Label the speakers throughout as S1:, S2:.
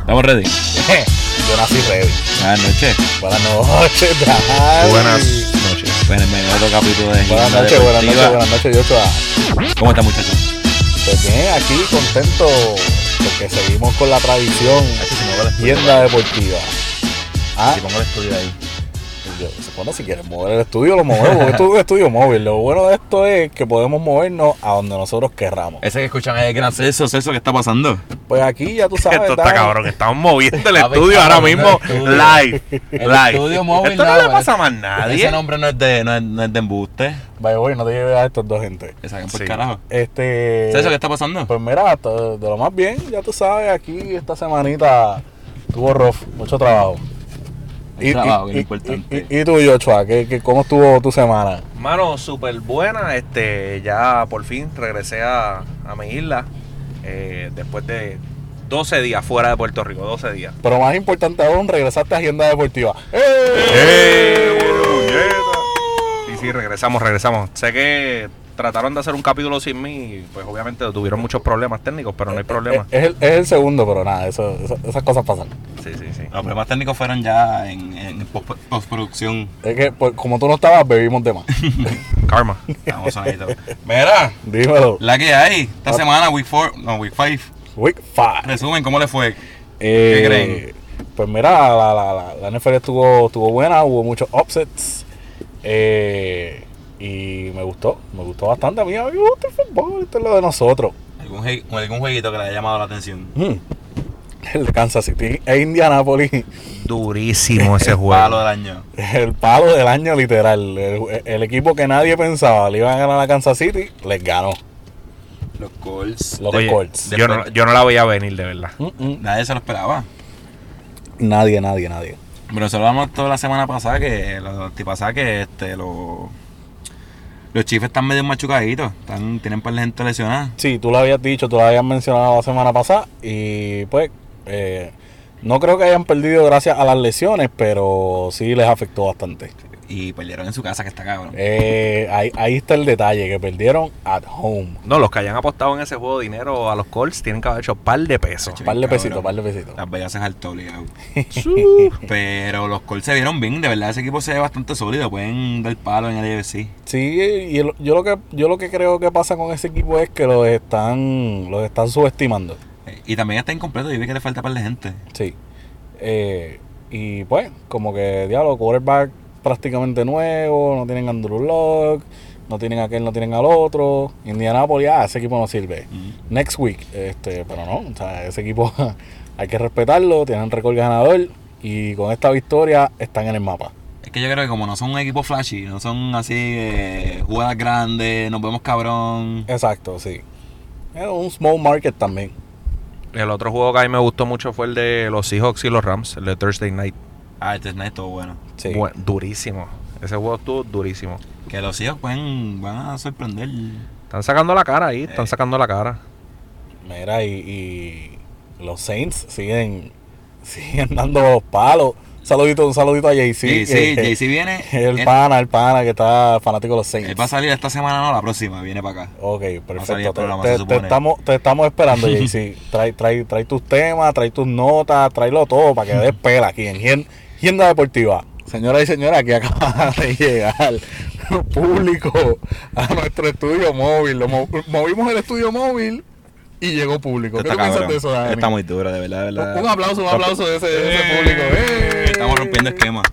S1: Estamos ready.
S2: Yo nací ready.
S1: Buenas noches.
S2: Buenas noches, Dani.
S3: Buenas
S1: Noches. Bueno, bienvenido a otro capítulo de
S2: Buenas
S1: Gimna
S2: noches, buenas noches,
S1: Deportiva.
S2: buenas noches, Joshua.
S1: ¿Cómo están muchachos?
S2: Pues bien, aquí contento porque seguimos con la tradición tienda deportiva. Ah,
S3: Si pongo el estudio ahí.
S2: yo- bueno, si quieres mover el estudio, lo movemos. porque Esto es un estudio móvil. Lo bueno de esto es que podemos movernos a donde nosotros querramos.
S3: Ese que escuchan es el gran
S1: ¿Qué es eso? ¿Eso que está pasando?
S2: Pues aquí ya tú sabes.
S3: Esto está
S2: Dani.
S3: cabrón. Estamos moviendo el
S4: Papi,
S3: estudio
S4: estamos
S3: ahora mismo.
S4: moviendo el
S3: Live.
S4: El
S3: live.
S4: estudio móvil,
S3: Esto no
S4: nada
S3: le
S4: más.
S3: pasa a más nadie.
S1: Ese nombre no es de, no es, no es de embuste.
S2: Vaya, voy, no te lleves a estos dos gente.
S1: Que sacan por
S3: Sí.
S1: carajo.
S2: Este.
S1: ¿Es eso que está pasando?
S2: Pues mira, to- de lo más bien, ya tú sabes, aquí esta semanita tuvo rough, mucho trabajo.
S1: Hay trabajo, que es importante.
S2: y- y tú, Joshua, ¿qué, qué, ¿cómo estuvo tu semana?
S3: Mano, súper buena. Este, ya por fin regresé a, a mi isla. eh, después de 12 días fuera de Puerto Rico. 12 días.
S2: Pero más importante aún, regresaste a Agenda Deportiva. ¡Eh!
S3: ¡Eh! Sí, sí, regresamos, regresamos. Sé que trataron de hacer un capítulo sin mí. y, Pues obviamente tuvieron muchos problemas técnicos, pero no
S4: Eh,
S3: hay problema.
S2: Es, el, es el segundo, pero nada, eso, eso- esas cosas pasan.
S3: Sí, sí, sí.
S1: Los problemas técnicos fueron ya en, en post- postproducción.
S2: Es que pues, como tú no estabas, bebimos de más.
S3: Karma.
S1: Estamos sonaditos. Mira,
S2: Dímelo.
S1: la que hay. Esta semana, week 4, no, week 5.
S2: Week 5.
S1: Resumen, ¿cómo le fue?
S2: Eh,
S1: creen?
S2: Pues mira, la, la, la, la NFL estuvo, estuvo buena, hubo muchos upsets. eh, y me gustó, me gustó bastante. A mí, a mí me gusta el fútbol, esto es lo de nosotros.
S1: ¿Algún, jue- algún jueguito que le haya llamado la atención?
S2: Mm. El de Kansas City e Indianapolis,
S3: Durísimo ese
S1: Palo
S3: juego.
S1: del año.
S2: el palo del año literal. El, el equipo que nadie pensaba le iban a ganar a Kansas City, les ganó.
S1: Los Colts.
S2: Los
S3: Oye,
S2: Colts.
S3: yo, no, yo no la veía venir, de verdad.
S2: Mm, mm.
S1: Nadie se lo esperaba.
S2: Nadie, nadie, nadie.
S1: Pero eso lo hablamos toda la semana pasada que la antipasada que este los los Chiefs están medio machucaditos, están, tienen par de gente lesionada.
S2: Sí, tú lo habías dicho, tú lo habías mencionado la semana pasada y pues eh, no creo que hayan perdido gracias a las lesiones, pero sí les afectó bastante.
S1: Y perdieron en su casa que está cabrón.
S2: Eh, ahí, ahí está el detalle, que perdieron at home.
S3: No, los que hayan apostado en ese juego de dinero a los Colts tienen que haber hecho par de pesos.
S1: Bien,
S2: Par de
S1: cabrón.
S2: pesitos, par de pesitos.
S1: Las Vegas es alto obligado. Pero los Colts se vieron bien, de verdad ese equipo se ve bastante sólido, pueden dar palo en el AFC.
S2: Sí, y el- yo lo que yo lo que creo que pasa con ese equipo es que los están los están subestimando.
S1: Eh, Y también está incompleto, yo vi que le falta par de gente.
S2: Sí. Eh, y pues, como que, diablo, quarterback prácticamente nuevo, no tienen Andrew Luck, no tienen a aquel, no tienen al otro. Indianapolis, ah, ese equipo no sirve.
S1: Mm.
S2: Next week, este, pero no, o sea, ese equipo hay que respetarlo, tienen récord ganador y con esta victoria están en el mapa.
S1: Es que yo creo que como no son un equipo flashy, no son así eh, jugadas grandes, nos vemos cabrón.
S2: Exacto, sí. Es un small market también.
S3: El otro juego que a mí me gustó mucho fue el de los Seahawks y los Rams, el de Thursday Night.
S1: Ah, este es todo bueno.
S2: Sí.
S3: Buen- durísimo. Ese juego estuvo durísimo.
S1: Que los hijos pueden, van a sorprender.
S3: Están sacando la cara ahí,
S2: Eh.
S3: están sacando la cara.
S2: Mira, y, y los Saints siguen, siguen dando los palos. Un saludito, un saludito a Jay-Z.
S1: Sí, sí,
S2: que-
S1: Jay-Z viene.
S2: eh, El
S1: él-
S2: pana, el pana que está fanático de los Saints.
S1: Él va a salir esta semana, no, la próxima, viene para acá.
S2: Ok,
S1: salir
S2: perfecto.
S1: el programa,
S2: Te-
S1: se
S2: te,
S1: supone.
S2: estamos, te estamos esperando, JC. Trae, trae, trae tus temas, trae tus notas, tráelo todo para que des pela aquí en Gien- Gienda Deportiva. Señoras y señores, aquí acaba de llegar público a nuestro estudio móvil. Lo mo- movimos el estudio móvil y llegó público. ¿Qué
S1: Está
S2: tú piensas
S1: cabrón.
S2: de eso, Dani?
S1: Está muy duro, de verdad, de verdad.
S2: Un aplauso, un aplauso de ese, de ese
S1: Eh,
S2: público. ¡Eh!
S1: Estamos rompiendo esquemas.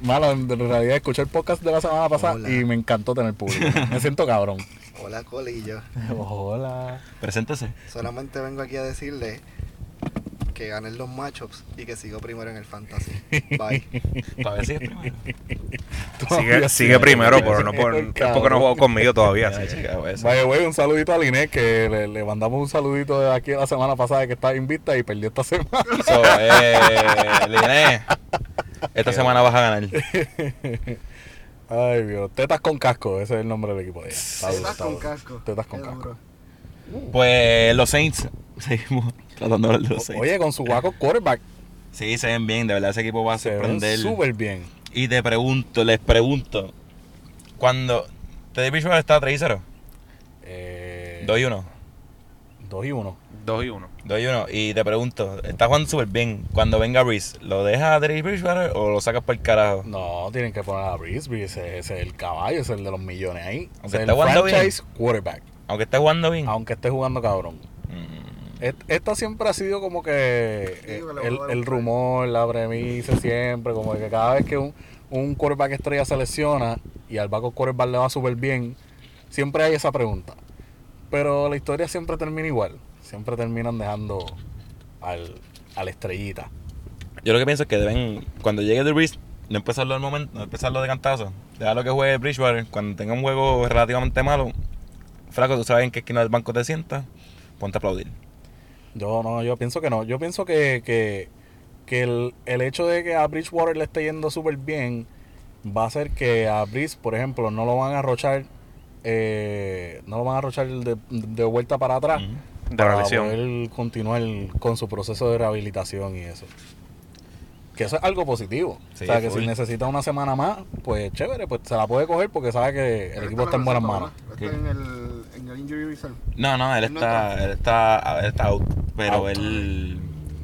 S2: Mano, en realidad escuché el podcast de la semana pasada y me encantó tener público. Me siento cabrón.
S4: Hola Colillo,
S2: Hola.
S1: Preséntese.
S4: solamente vengo aquí a decirle que ganen los matchups y que sigo primero en el fantasy. Bye.
S1: Todavía sigue primero.
S3: Sigue, sigue primero, pero no por,
S2: Cabrón.
S3: es porque no jugó conmigo todavía. así
S1: Ya,
S3: que-
S1: chica, pues.
S2: Vaya, güey, un saludito a Liné que le, le mandamos un saludito de aquí la semana pasada que estaba invicta y perdió esta semana.
S1: So, eh, Liné, esta semana vas a ganar.
S2: Ay, Dios. Tetas con casco, ese es el nombre del equipo de ella. Está duro,
S4: Tetas
S2: está
S4: con
S2: duro.
S4: casco.
S2: Tetas con
S4: Qué
S2: casco.
S4: duro.
S1: Pues los Saints, seguimos tratando de hablar de los Saints.
S2: Oye, con su guaco quarterback
S1: Sí, se ven bien, de verdad ese equipo va a
S2: se ven
S1: sorprender.
S2: súper bien.
S1: Y te pregunto, les pregunto, cuando Teddy Bridgewater está 3-0,
S2: Eh,
S1: 2-1.
S2: 2 y 1.
S3: 2 y 1.
S1: Doy uno. Y te pregunto, está jugando súper bien. Cuando venga Breeze, ¿lo deja a Terry Bridgewater o lo sacas para el carajo?
S2: No, tienen que poner a Breeze. Breeze ese- ese es el caballo, ese es el de los millones ahí.
S1: Aunque
S2: Ese es
S1: esté
S2: el
S1: jugando bien.
S2: franchise quarterback.
S1: Aunque está jugando bien.
S2: Aunque esté jugando cabrón.
S1: Mm.
S2: Est- Esta siempre ha sido como que eh,
S4: que le voy a
S2: el,
S4: dar
S2: el
S4: un premio.
S2: rumor, la premisa siempre, como que cada vez que un, un quarterback estrella se lesiona y al backup quarterback le va súper bien, siempre hay esa pregunta. Pero la historia siempre termina igual. Siempre terminan dejando al, al estrellita.
S1: Yo lo que pienso es que deben, cuando llegue The Breeze, no empezarlo al momento, no empezarlo de cantazo. Dejarlo que juegue Bridgewater. Cuando tenga un juego relativamente malo, Fraco, tú sabes en qué esquina del banco te sientas, ponte a aplaudir.
S2: Yo no, yo pienso que no. Yo pienso que, que, que el, el hecho de que a Bridgewater le esté yendo súper bien va a hacer que a Breeze, por ejemplo, no lo van a arrochar, eh, no lo van a arrochar de, de vuelta para atrás.
S1: Ujú.
S3: De
S2: para
S3: la lesión.
S2: poder continuar con su proceso de rehabilitación y eso. Que eso es algo positivo.
S1: Sí,
S2: o sea, que
S1: full.
S2: si necesita una semana más, pues chévere, pues se la puede coger porque sabe que el
S5: Él
S2: equipo está en buenas manos.
S5: Está en el, en el injury reserve.
S1: No, no, él
S5: Él no
S1: está, él está, él está out, pero
S2: Out.
S1: él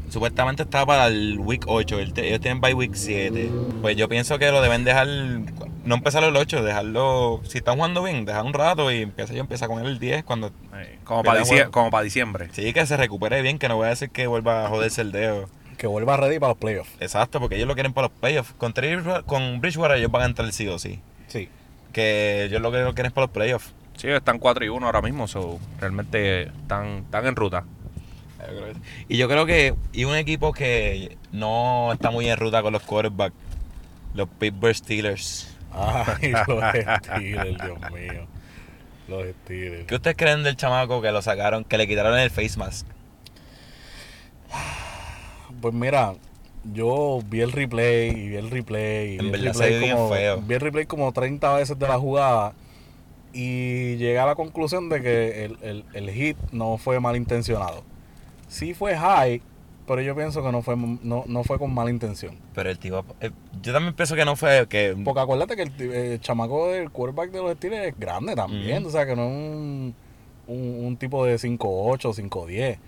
S1: supuestamente está para el week 8, él te- ellos tienen bye week 7. Pues yo pienso que lo deben dejar, no empezar el 8, dejarlo, si están jugando bien, dejar un rato y empieza yo, empieza con él el 10 cuando...
S3: Eh,
S1: Pero
S3: Como para
S1: bueno.
S3: diciembre. Como para diciembre.
S1: Sí, que se recupere bien, que no voy a decir que vuelva a joderse el dedo.
S2: Que vuelva ready para los playoffs.
S1: Exacto, porque ellos lo quieren para los playoffs. Con, Terry Bridgewater- con Bridgewater ellos van a entrar sí o sí.
S2: Sí.
S1: Que ellos lo que lo quieren es para los playoffs.
S3: Sí, están 4 y 1 ahora mismo, so realmente están, están en ruta.
S1: Y yo creo que y un equipo que no está muy en ruta con los quarterbacks, los Pittsburgh Steelers.
S2: Ay, los Steelers, Dios mío. Los Steelers.
S1: ¿Qué ustedes creen del chamaco que lo sacaron, que le quitaron el face mask?
S2: Pues mira, yo vi el replay y vi el replay.
S1: En
S2: Y vi el
S1: verdad se
S2: replay
S1: ve bien
S2: como,
S1: feo.
S2: Vi el replay como 30 veces de la jugada y llegué a la conclusión de que el, el- el hit no fue malintencionado. Sí fue high, pero yo pienso que no fue, no, no fue con mala intención.
S1: Pero el tipo, eh, yo también pienso que no fue que
S2: Porque acuérdate que el, ti- eh, el chamaco del quarterback de los Steelers es grande también.
S1: Ujú.
S2: O sea, que no es un, un, un tipo de 5'8", 5'10".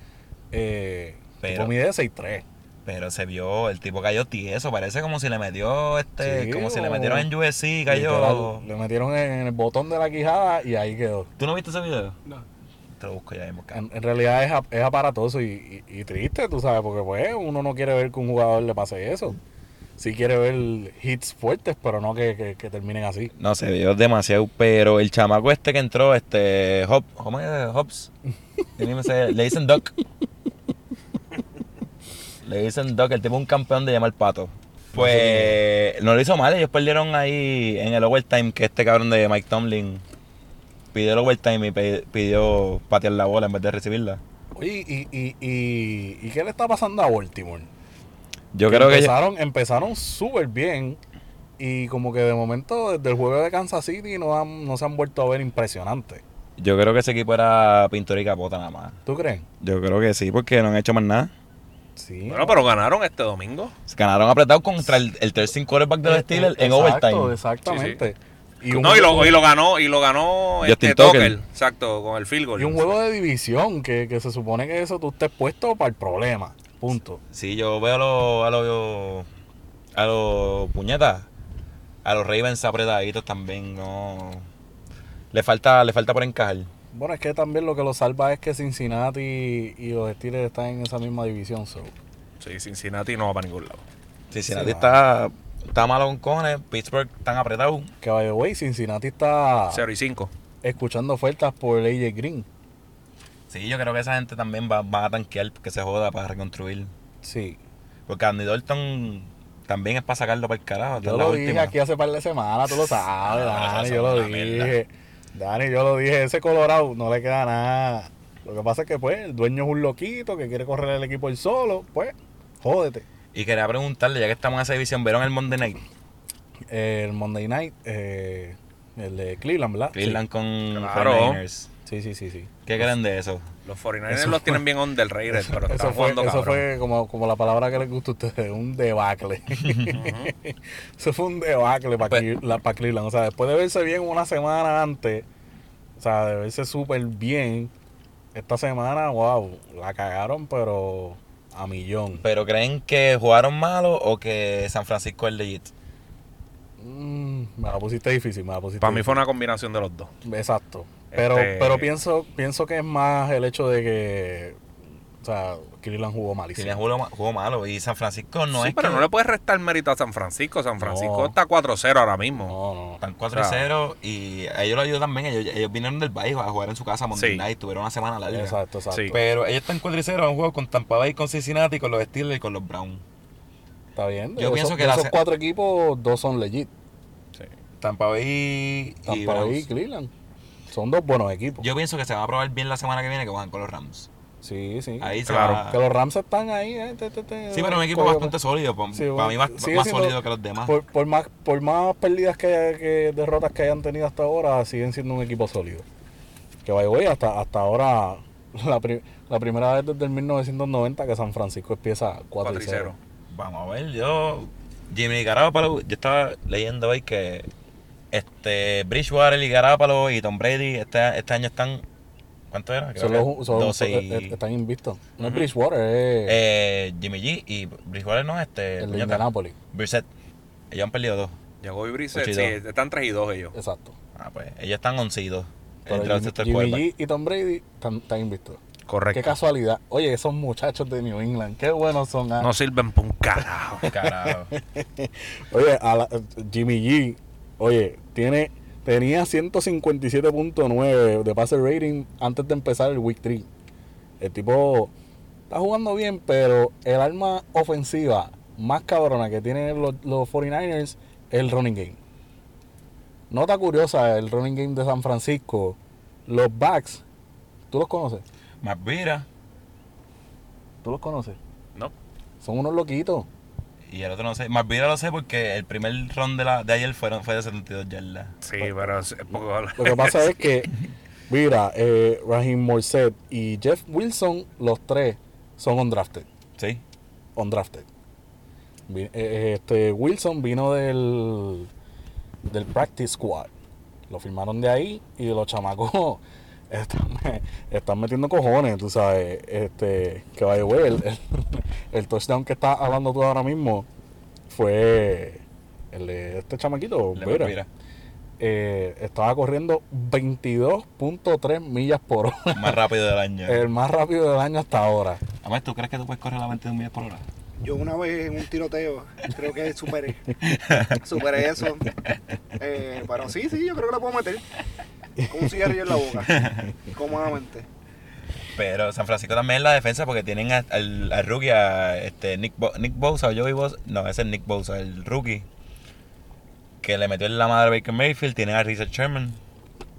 S2: Eh,
S1: Pero-
S2: tipo mide 6'3".
S1: pero se vio, el tipo cayó tieso, parece como si le metió este,
S2: Sí,
S1: como si le
S2: o-
S1: metieron en UFC, cayó.
S2: Literal, Le metieron en el botón de la quijada y ahí quedó.
S1: ¿Tú no viste ese video?
S5: No.
S1: Te lo busco ya mismo, cabrón.
S2: En, en realidad es, ap- es aparatoso y, y- y triste, tú sabes, porque pues uno no quiere ver que un jugador le pase eso. Sí quiere ver hits fuertes, pero no que, que- que terminen así.
S1: No se vio demasiado, pero el chamaco este que entró, este Hop, ¿cómo es? Hobbs. Yo ni me sé, le dicen Doc. Le dicen Doc, el tipo es un campeón de llamar pato. Pues no lo hizo mal, ellos perdieron ahí en el overtime que este cabrón de Mike Tomlin pidió el overtime y pe- pidió patear la bola en vez de recibirla.
S2: Oye, y, y, y- y qué le está pasando a Baltimore?
S1: Yo creo que ellos-
S2: empezaron, empezaron súper bien y como que de momento desde el juego de Kansas City no, han- no se han vuelto a ver impresionantes.
S1: yo creo que ese equipo era pintor y capota nada más.
S2: ¿Tú crees?
S1: Yo creo que sí, porque no han hecho más nada.
S2: Sí.
S3: Bueno, pero ganaron este domingo.
S1: Se ganaron apretados contra el, el tercer quarterback
S3: este,
S1: de los Steelers en
S2: Este, Exacto,
S1: overtime.
S2: Exactamente. un-
S3: no, y lo, y lo ganó, y lo ganó
S1: Justin
S3: este Tucker.
S1: Tucker.
S3: Exacto, con el field goal.
S2: Y un juego de división que, que se supone que eso tú estés puesto para el problema. Punto.
S1: Sí, yo veo a los a los a los puñetas, a los Ravens apretaditos también, no. Le falta le falta por encajar.
S2: Bueno, es que también lo que lo salva es que Cincinnati y los Steelers están en esa misma división. so.
S3: Sí, Cincinnati no va para ningún lado.
S1: Cincinnati
S2: Sí,
S1: está está malo con cojones, Pittsburgh tan apretado.
S2: Que by the way, Cincinnati está
S3: 0 y 5.
S2: escuchando ofertas por AJ Green.
S1: Sí, yo creo que esa gente también va, va a tanquear que se joda para reconstruir.
S2: Sí.
S1: Porque Andy Dalton también es para sacarlo para el carajo. esta
S2: Yo
S1: es la
S2: lo dije
S1: última. Ah,
S2: aquí hace par de semanas, tú lo sabes, Dani,
S1: Esa
S2: yo lo
S1: es una mierda.
S2: dije. Dani, yo lo dije, ese Colorado no le queda nada. Lo que pasa es que pues el dueño es un loquito que quiere correr el equipo él solo, pues, jódete.
S1: Y quería preguntarle, ya que estamos en esa división, ¿vieron el Monday Night?
S2: el Monday Night, eh, el de Cleveland, ¿verdad?
S1: Cleveland con
S3: Claro.
S1: 49ers.
S2: Sí, sí, sí, sí.
S1: ¿Qué creen de eso?
S3: Los 49ers
S2: Eso
S3: los
S2: fue-
S3: tienen bien on del Raider, pero
S2: Eso
S3: están
S2: fue,
S3: jugando
S2: eso
S3: cabrón.
S2: fue como, como la palabra que les gusta a ustedes, un debacle. eso fue un debacle para
S3: Pues
S1: Pe-
S2: Cleveland. O sea, después de verse bien una semana antes, o sea, de verse súper bien, Esta semana, wow, la cagaron, pero a millón.
S1: ¿Pero creen que jugaron malo o que San Francisco es legit?
S2: Mm, me la pusiste difícil, me la pusiste
S3: Para mí fue una combinación de los dos.
S2: una... Exacto. Pero,
S3: Este-
S2: pero pienso, pienso que es más el hecho de que, o sea, Kirlan jugó malísimo.
S1: Tiene jugó, ma- jugó malo y San Francisco no
S3: sí,
S1: es
S3: pero
S1: que
S3: no le puedes restar mérito a San Francisco. San Francisco
S2: No.
S3: está 4-0 ahora mismo.
S2: No, no.
S1: están 4
S3: O sea-
S1: 0 y a ellos lo ayudan también. Ellos, ellos vinieron del país a jugar en su casa Monday
S3: Sí.
S1: Night, tuvieron una semana larga.
S2: Exacto, exacto.
S3: Sí.
S1: Pero ellos están 4 0 han jugado con Tampa Bay, con Cincinnati, con los Steelers y con los Browns.
S2: Está bien.
S1: Yo
S2: De
S1: pienso
S2: esos-
S1: que
S2: de
S1: la
S2: esos
S1: se-
S2: cuatro equipos, dos son legit.
S1: Tampa Bay y
S2: Tampa
S1: Browns.
S2: Bay y Cleveland. Son dos buenos equipos.
S1: Yo pienso que se van a probar bien la semana que viene que juegan con los Rams.
S2: Sí, sí.
S1: Ahí
S3: Claro.
S1: se va.
S2: Que los Rams están ahí. eh, te- te- te-
S1: Sí, pero un equipo
S2: coño,
S1: bastante sólido. Para
S2: sí,
S1: mí, más,
S2: sigue
S1: más
S2: siendo-
S1: sólido que los demás.
S2: Por, por más, por más pérdidas que, que derrotas que hayan tenido hasta ahora, siguen siendo un equipo sólido. Que vaya, voy hasta, hasta ahora, la, pri- la primera vez desde el 1990 que San Francisco empieza 4 y 0.
S1: Vamos a ver, yo. Jimmy Garoppolo, yo estaba leyendo hoy que este Bridgewater y Garoppolo y Tom Brady este, este año están. ¿Cuánto era? Creo
S2: Son
S1: que
S2: los- son-
S1: 12 y-
S2: eh, eh, están invictos. No es Bridgewater, es
S1: eh, Jimmy G y Bridgewater no, este.
S2: el de
S1: puñeta,
S2: Indianapolis.
S1: Brissett. Ellos han perdido dos.
S3: Llegó y Brissett,
S1: Ocho y
S3: sí,
S1: dos.
S3: están 3 y 2 ellos.
S2: Exacto.
S1: Ah, pues ellos están 11 y 2.
S2: Pero
S1: Entre los
S2: Jimmy,
S1: tercer
S2: Jimmy
S1: quarterback.
S2: G y Tom Brady están, están invictos.
S3: Correcto.
S2: Qué casualidad. Oye, esos muchachos de New England, qué buenos son. ah.
S3: No sirven para un carajo.
S1: Carajo.
S2: Oye, a la- Jimmy G, oye, tiene, tenía 157.9 de passer rating antes de empezar el Week 3. El tipo está jugando bien, pero el arma ofensiva más cabrona que tienen los, los 49ers es el running game. Nota curiosa, el running game de San Francisco, los backs, ¿tú los conoces?
S1: Más Vira
S2: ¿Tú los conoces?
S3: No.
S2: Son unos loquitos.
S1: y el otro no sé. Más Vira lo sé porque el primer round de, la, de ayer fueron, fue de 72 yardas.
S3: Sí, pero es poco-
S2: Lo que pasa es que, mira, eh, Raheem Morset y Jeff Wilson, los tres son undrafted.
S1: Sí.
S2: Undrafted. Vi- eh, eh, Este, Wilson vino del, del practice squad. Lo firmaron de ahí y los chamacos están, me- están metiendo cojones, tú sabes. Este, que vaya, güey, el, el, el touchdown que estás hablando tú ahora mismo fue el de este chamaquito,
S1: Le
S2: Vera
S1: Vira.
S2: eh, estaba corriendo 22.3 millas por hora.
S1: Más rápido del año.
S2: El más rápido del año hasta ahora.
S1: Además, ¿tú crees que tú puedes correr la 21 millas por hora?
S5: Yo una vez en un tiroteo, creo que superé. Superé eso. Eh, pero sí, sí, yo creo que la puedo meter. Con un cigarrillo en la boca. Cómodamente.
S1: Pero San Francisco también es la defensa porque tienen a- al, al rookie, a este, Nick, Bo- Nick Bosa o Joey Bosa. No, ese es Nick Bosa, el rookie. Que le metió en la madre a Baker Mayfield. Tienen a Richard Sherman.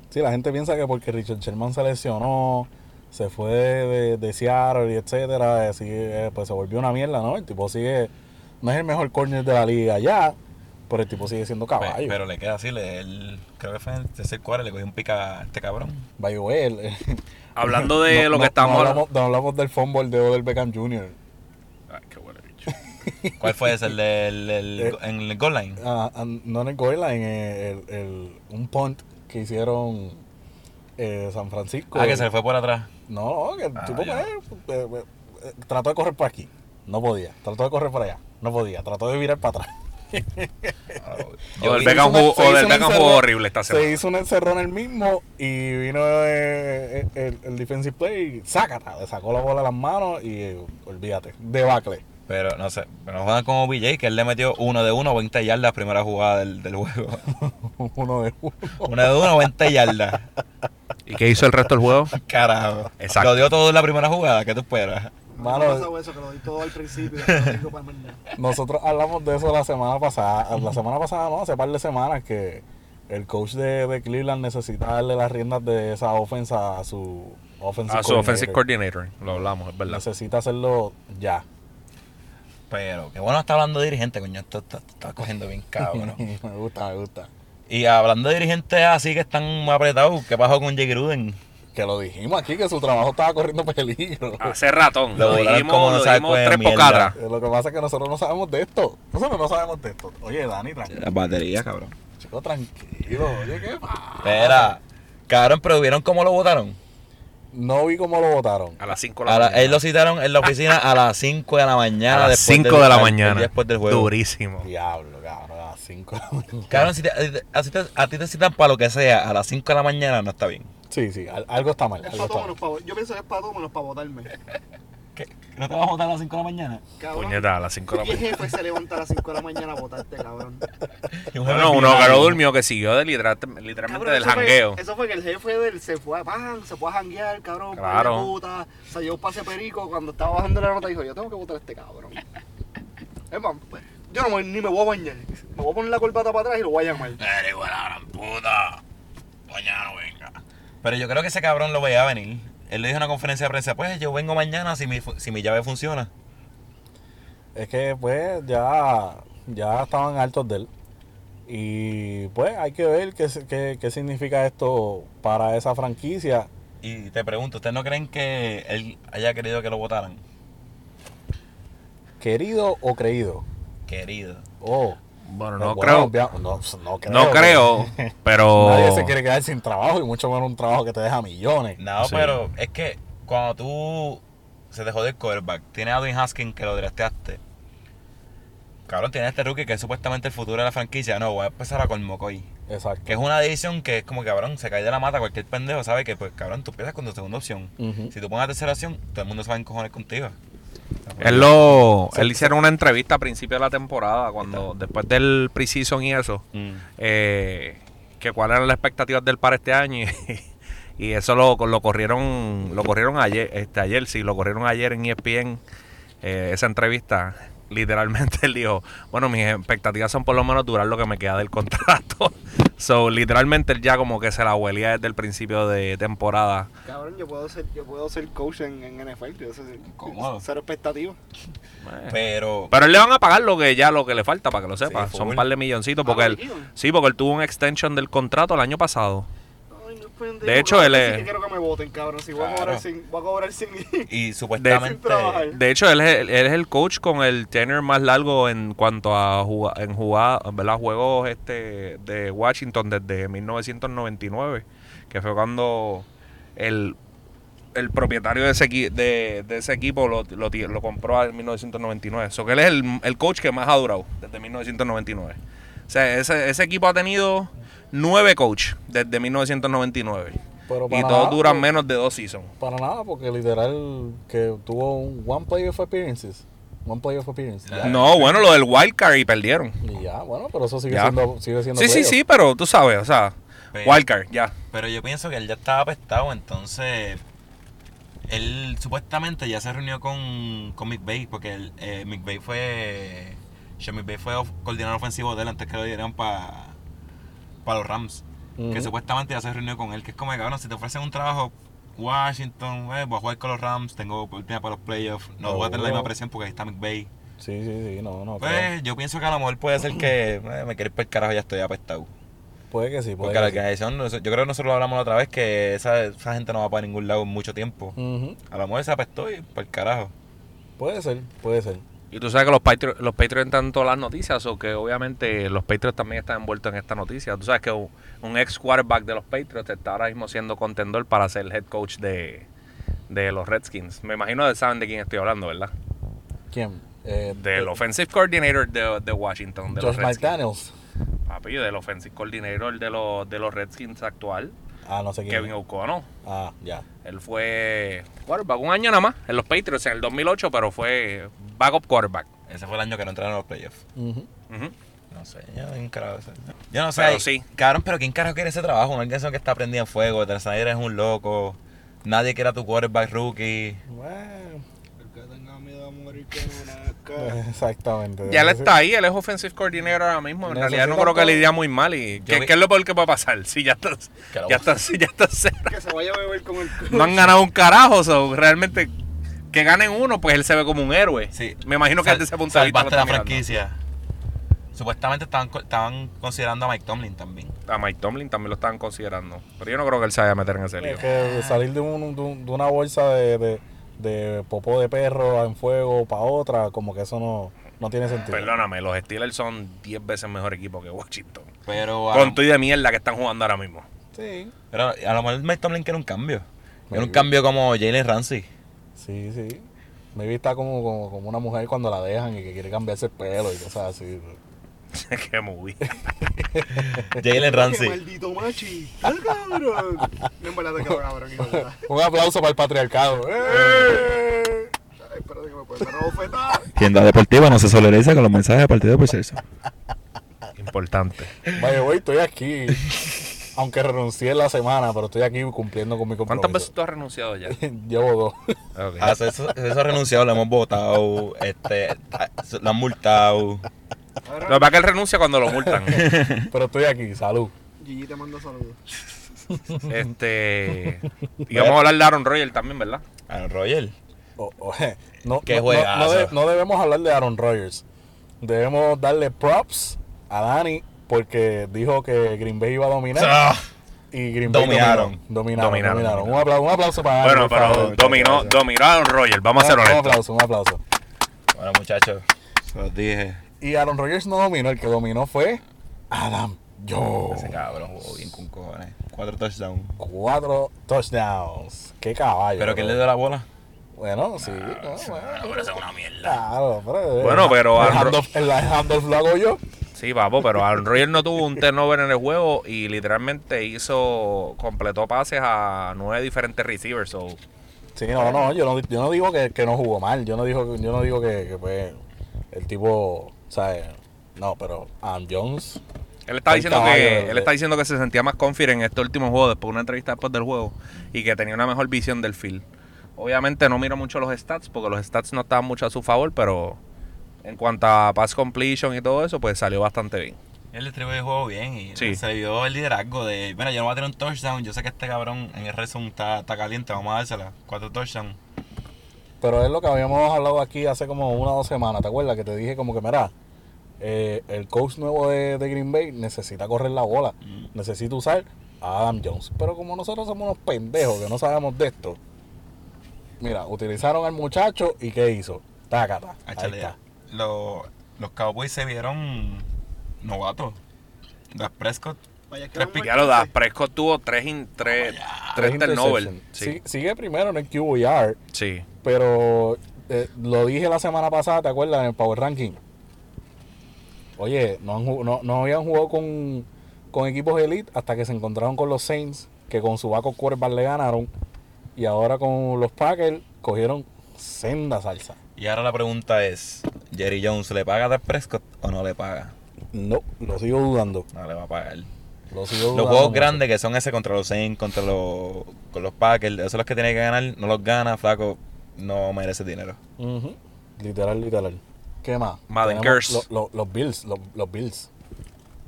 S2: Sí, la gente piensa que porque Richard Sherman se lesionó, se fue de, de- de Seattle y etcétera, eh, sí, eh, pues se volvió una mierda, ¿no? El tipo sigue. No es el mejor corner de la liga ya, pero el tipo sigue siendo
S1: Pe-
S2: caballo.
S1: Pero le queda así. le- él- creo que fue en el tercer cuadro. Le cogió un pica a este cabrón.
S2: By the way, el-
S3: Hablando de
S2: no-
S3: lo
S2: no-
S3: que estamos
S2: No
S3: hablando.
S2: hablamos, no hablamos del fumble de Odell Beckham Jr.
S3: Ay, qué huele bicho.
S1: ¿Cuál fue ese? El, del- el-
S2: Eh.
S1: en el goal line.
S2: Ah, ah, no en el goal line, eh, el- el- un punt que hicieron eh, San Francisco.
S1: Ah, que se le fue por atrás.
S2: No, no, que el
S1: Ah,
S2: tipo
S1: ya.
S2: pues, eh, eh, eh, trató de correr por aquí, no podía. Trató de correr por allá, no podía. Trató de virar para atrás.
S1: Yo
S3: Odell
S1: vi-
S3: Beckham
S2: Se hizo
S3: jugó,
S2: una- se hizo
S3: Odell
S2: un
S3: Beckham
S2: encerro-
S3: jugó horrible esta
S2: Se
S3: semana.
S2: hizo un encerrón el mismo y vino eh, eh, el, el defensive play, sácata, le sacó la bola a las manos y eh, olvídate, debacle.
S1: Pero no sé, pero no juegan como BJ, que él le metió uno de uno, 20 yardas, primera jugada del, del juego.
S2: Uno de uno.
S1: Uno de uno, 20 yardas.
S3: ¿Y qué hizo el resto del juego?
S1: Carajo.
S3: Exacto.
S1: Lo dio todo en la primera jugada, ¿qué tú esperas?
S2: Mano,
S5: no pasó eso, que lo di todo al principio. no tengo para más nada.
S2: Nosotros hablamos de eso la semana pasada. La semana pasada, no, hace par de semanas que el coach de, de Cleveland necesita darle las riendas de esa ofensa a su offensive
S3: A su offensive
S2: coordinator.
S3: coordinator. Lo hablamos, es verdad.
S2: Necesita hacerlo ya.
S1: Pero qué bueno está hablando de dirigente, coño. Esto está, está cogiendo bien cabrón.
S2: me gusta, me gusta.
S1: y hablando de dirigentes así que están apretados, ¿qué pasó con Jay Gruden?
S2: Que lo dijimos aquí, que su trabajo estaba corriendo peligro.
S3: Hace ratón.
S1: Lo
S3: Lo,
S1: volaron como
S3: dijimos,
S1: no
S3: lo
S1: sabe
S3: dijimos
S1: cuál es
S3: tres
S1: mierda.
S3: pocadas.
S2: Eh, Lo que pasa es que nosotros no sabemos de esto. Nosotros no sabemos de esto. Oye, Dani, tranquilo.
S1: La batería, cabrón.
S2: Chico, tranquilo. Oye, ¿qué pasa?
S1: Espera, cabrón, pero vieron cómo lo votaron.
S2: No vi cómo lo votaron.
S3: A las 5 de la
S1: A la-
S3: mañana.
S1: él lo citaron en la oficina a las 5 de la mañana.
S3: a las
S1: después
S3: 5
S1: del-
S3: de la
S1: al- el
S3: mañana.
S1: día después del juego.
S3: Durísimo.
S2: Diablo, cabrón, a las 5 de la mañana.
S1: Cabrón, si te- a, ti te, a ti te citan para lo que sea, a las 5 de la mañana no está bien.
S2: Sí, sí, al- algo está mal.
S5: Es
S2: Algo está
S5: para todo menos
S2: mal.
S5: para... Yo pienso que es para todo menos para votarme.
S1: ¿No te vas a votar a las 5 de la mañana?
S5: Cabrón.
S3: Puñeta, a las 5 de la
S5: ¿Qué
S3: mañana.
S5: jefe se levanta a las 5 de la mañana a votarte, cabrón?
S3: No, no, uno que lo durmió que siguió de literal- literalmente
S5: Cabrón,
S3: del
S5: eso fue-
S3: jangueo.
S5: Eso fue que el jefe del se fue a pan, se fue a janguear, cabrón. par de
S3: Claro.
S5: putas, se llevó un pase perico. Cuando estaba bajando la nota dijo, yo tengo que votar a este cabrón. Es más, pues, yo no me, ni me voy a bañar. Me voy a poner la corbata para atrás y lo voy a llamar.
S1: Eres buena gran puta. Mañana venga. Pero yo creo que ese cabrón lo veía venir. Él le dijo en una conferencia de prensa, pues yo vengo mañana si mi, fu- si mi llave funciona.
S2: Es que pues ya, ya estaban hartos de él. Y pues hay que ver qué, se- qué, qué significa esto para esa franquicia.
S1: Y te pregunto, ¿ustedes no creen que él haya querido que lo votaran?
S2: ¿Querido o creído?
S1: Querido.
S2: Oh.
S3: Bueno, no
S2: bueno,
S3: creo.
S2: obvia- No, no creo.
S3: No creo, Oh. pero.
S2: Nadie se quiere quedar sin trabajo y mucho menos un trabajo que te deja millones.
S1: No,
S3: Sí.
S1: pero es que cuando tú se te jode el quarterback, tienes a Dwayne Haskins que lo drafteaste. Cabrón, tienes a este rookie que es supuestamente el futuro de la franquicia. No, voy a empezar a Colmocoy.
S2: Exacto.
S1: Que es una decisión que es como cabrón, se cae de la mata cualquier pendejo, sabe que pues cabrón, tú empiezas con tu segunda opción.
S2: Ujú.
S1: Si tú pones la tercera opción, todo el mundo se va a encojonar contigo.
S3: Él lo. Él hicieron una entrevista a principio de la temporada, cuando después del preseason y eso, eh, que cuáles eran las expectativas del par este año. Y, y eso lo, lo corrieron lo corrieron ayer, este, ayer, sí, lo corrieron ayer en E ESPN, eh, esa entrevista. Literalmente él dijo, bueno, mis expectativas son por lo menos durar lo que me queda del contrato. so, literalmente él ya como que se la huelía desde el principio de temporada.
S5: Cabrón, yo puedo ser, yo puedo ser coach en, en NFL. Yo sé,
S1: Cómodo.
S5: Cero expectativa.
S1: Pero,
S3: Pero él le van a pagar lo que ya lo que le falta para que lo sepa.
S1: Sí,
S3: Son un
S1: full.
S3: par de milloncitos porque
S5: Ah,
S3: él
S5: líquido.
S3: sí, porque él tuvo un extension del contrato el año pasado.
S5: Ay, no, pendejo,
S3: De hecho, él
S5: cabrón,
S3: es-
S5: sí que quiero que me voten, cabrón. Si voy a
S1: Claro.
S5: cobrar sin... Voy a cobrar sin...
S1: y
S5: Sin
S1: supuestamente.
S5: trabajar.
S3: De hecho, él es, él es el coach con el tenure más largo en cuanto a juga- en jugar, ¿verdad? juegos este de Washington desde 1999, que fue cuando el, el propietario de ese, equi- de, de ese equipo lo, lo, ti- lo compró en 1999. So que él es el, el coach que más ha durado desde 1999. O sea, ese, ese equipo ha tenido nueve coach desde 1999.
S2: Pero
S3: Y
S2: para
S3: todos
S2: nada,
S3: duran
S2: pues,
S3: menos de dos seasons.
S2: Para nada, porque literal que tuvo un one play of appearances. One play of appearances. ya.
S3: No, bueno, lo del wildcard y perdieron.
S2: Y ya, bueno, pero eso sigue
S3: Ya.
S2: siendo, sigue siendo
S3: Sí, sí,
S2: playoff.
S3: sí, pero tú sabes, o sea,
S1: Pero-
S3: Wildcard, ya.
S1: Pero yo pienso que él ya estaba apestado, entonces. Él supuestamente ya se reunió con, con McVay, porque él, eh, McVay fue. Sean McVay fue of- coordinador ofensivo de él antes que lo dieran para los Rams. Que
S2: Ujú.
S1: supuestamente ya se reunió con él, que es como, cabrón, si te ofrecen un trabajo, Washington, eh, voy a jugar con los Rams, tengo oportunidad para los playoffs, no voy a tener la misma
S2: Seguro.
S1: presión porque ahí está McVay.
S2: Sí, sí, sí, no, no. creo.
S1: Pues yo pienso que a lo mejor puede ser que eh, me quieres para el carajo, ya estoy apestado.
S2: Puede que sí, puede
S1: Porque la
S2: que sí.
S1: organización, yo creo que nosotros lo hablamos la otra vez, que esa, esa gente no va para ningún lado en mucho tiempo.
S2: Ujú.
S1: A lo mejor se apestó y para el carajo.
S2: Puede ser, puede ser.
S3: Y tú sabes que los Patriots, los Patriots están en todas las noticias, o que obviamente los Patriots también están envueltos en esta noticia. Tú sabes que un, un ex quarterback de los Patriots está ahora mismo siendo contendor para ser el head coach de, de los Redskins. Me imagino que saben de quién estoy hablando, ¿verdad?
S2: ¿Quién? Eh,
S3: Del offensive coordinator de, de Washington, de los
S2: Josh
S3: Redskins.
S2: McDaniels.
S3: Papi, del offensive coordinator de los, de los Redskins actual,
S2: Ah, no sé quién.
S3: Kevin O'Connell.
S2: Ah, ya.
S3: Él fue quarterback un año nada más en los Patriots en el 2008, pero fue backup quarterback.
S1: Ese fue el año que no entraron a los playoffs.
S2: Ujú.
S3: Ujú.
S1: No sé, yo no carajo sé. Yo no sé.
S3: Pero sí.
S1: Cabrón, pero ¿quién carajo quiere ese trabajo? Una organización que está prendida en fuego, Terzaner es un loco, nadie quiere a tu quarterback rookie.
S2: Bueno,
S5: El que tenga miedo a morir con una cara.
S2: exactamente.
S3: Ya él está ahí, él es offensive coordinator ahora mismo. En
S2: Necesita
S3: realidad no creo que
S2: todo.
S3: le iría muy mal. y
S1: Yo
S3: ¿qué,
S1: vi-
S3: qué es lo peor que puede pasar? Si ya está,
S1: Que la
S3: ya
S1: boca.
S3: está, si ya está cerca.
S5: Que se vaya a beber con el...
S3: No han ganado un carajo, so, realmente que ganen uno, pues él se ve como un héroe.
S1: Sí.
S3: Me imagino que
S1: Sal-
S3: desde ese punto de vista lo
S1: Salvaste la
S3: está mirando.
S1: franquicia. Supuestamente estaban, co- estaban considerando a Mike Tomlin también.
S3: A Mike Tomlin también lo estaban considerando. Pero yo no creo que él se vaya a meter en ese lío.
S2: Es que salir de, un- de un- de una bolsa de, de, de popó de perro en fuego para otra, como que eso no, no tiene sentido.
S3: Perdóname, los Steelers son 10 veces mejor equipo que Washington.
S1: Pero a,
S3: Con tu y de mierda que están jugando ahora mismo.
S2: Sí.
S1: pero a lo mejor Mike Tomlin quiere un cambio. Era un cambio como Jalen Ramsey.
S2: Sí, sí. Maybe está como, como, como una mujer cuando la dejan y que quiere cambiarse el pelo y cosas así.
S3: Qué movie.
S1: Jalen
S5: ¡Qué
S1: Ramsey.
S5: maldito machi! ¡Ah, cabrón! No, en verdad te quedo, cabrón. hijo de puta.
S2: Un aplauso para el patriarcado. ¡Eh!
S5: Ay, Espérate que me puedes dar una bofetada.
S1: Tienda deportiva no se solidariza con los mensajes de partido por sexo.
S3: Importante.
S2: Vaya, güey, estoy aquí. Aunque renuncié la semana, pero estoy aquí cumpliendo con mi compromiso.
S3: ¿Cuántas veces tú has renunciado ya? Ah,
S2: Llevo dos.
S3: Ok.
S1: A Ah, eso, ha renunciado, lo hemos votado, este, lo han multado.
S3: Lo que pasa es que él renuncia cuando lo multan.
S2: Pero estoy aquí, salud.
S5: Gigi te manda saludos.
S3: Este. Y vamos a hablar de Aaron Rodgers también, ¿verdad?
S1: Aaron Rodgers.
S2: O- o- Oh, no,
S1: Qué
S2: no- no-
S1: juegazo.
S2: no de- no debemos hablar de Aaron Rodgers. Debemos darle props a Dani porque dijo que Green Bay iba a dominar.
S1: Ah,
S2: Y Green Bay
S1: Dominaron.
S2: dominó. dominaron.
S3: Dominaron,
S2: Dominaron.
S3: dominaron.
S2: Un, aplauso, un aplauso para Dani.
S3: bueno,
S2: por
S3: pero
S2: favor.
S3: dominó,
S2: Gracias.
S3: dominó a Aaron Rodgers. Vamos a ser
S2: Un
S3: honestos.
S2: aplauso, un aplauso.
S1: Bueno, muchachos, se los dije.
S2: Y Aaron Rodgers no dominó, el que dominó fue Adam Jones.
S1: Ese cabrón jugó bien con cojones. Cuatro touchdowns.
S2: Cuatro touchdowns. Qué caballo.
S1: ¿Pero
S2: que
S1: quién le dio la bola?
S2: Bueno, sí. no, bueno,
S1: Ahora Ah, es una mierda.
S2: claro, pero-
S3: Bueno, pero
S2: El
S3: Aaron-
S2: handoff- el handoff lo hago yo.
S3: Sí, papo, pero Aaron Rodgers no tuvo un turnover en el juego y literalmente hizo. completó pases a nueve diferentes receivers. so,
S2: Sí, no, no, yo no, yo no digo que, que no jugó mal, yo no digo, yo no digo que, que, pues el tipo, ¿sabes? No, pero Adam Jones,
S3: Él está
S2: Ay,
S3: diciendo
S2: caballo,
S3: que. Él está
S2: eh.
S3: diciendo que se sentía más confident en este último juego, después de una entrevista después del juego, y que tenía una mejor visión del field. Obviamente no miro mucho los stats, porque los stats no estaban mucho a su favor, pero en cuanto a pass completion y todo eso, pues salió bastante bien.
S1: Él distribuyó el juego bien y
S3: Sí.
S1: se vio el liderazgo de, mira, yo no voy a tener un touchdown, yo sé que este cabrón en el red zone está, está caliente, vamos a dársela. Cuatro touchdowns.
S2: pero es lo que habíamos hablado aquí hace como una o dos semanas, ¿te acuerdas? Que te dije como que, mira, eh, el coach nuevo de, de Green Bay necesita correr la bola, necesita usar a Adam Jones, pero como nosotros somos unos pendejos que no sabemos de esto, mira, utilizaron al muchacho y ¿qué hizo? Tácata, ahí
S1: Échale.
S2: está.
S1: Lo- los Cowboys se vieron novatos. Las Prescott.
S5: Vaya, que
S1: Tres
S5: vamos
S1: pick-
S5: al
S3: Ya lo da.
S5: chance.
S3: Prescott tuvo tres, in- tres,
S2: Oh, Tres
S3: tres turnovers.
S2: interceptions.
S3: Sí.
S2: Sí, Sigue primero en el QBR.
S3: sí.
S2: Pero eh, lo dije la semana pasada, ¿te acuerdas? En el Power Ranking. Oye, no, han ju- no, no habían jugado con, con equipos elite hasta que se encontraron con los Saints, que con su backup quarterback le ganaron. Y ahora con los Packers cogieron senda salsa.
S1: Y ahora la pregunta es, ¿Jerry Jones le paga a Dak Prescott o no le paga?
S2: No, lo sigo dudando.
S1: No le va a pagar.
S2: Lo sigo dudando
S1: Los juegos
S2: mucho.
S1: grandes que son ese contra los Saints, contra los, con los Packers, esos son los que tiene que ganar, no los gana, flaco, no merece dinero.
S2: Ujú. Literal, literal. ¿Qué más?
S3: Madden
S2: Tenemos
S3: Curse.
S2: lo- lo- los Bills, lo- los Bills.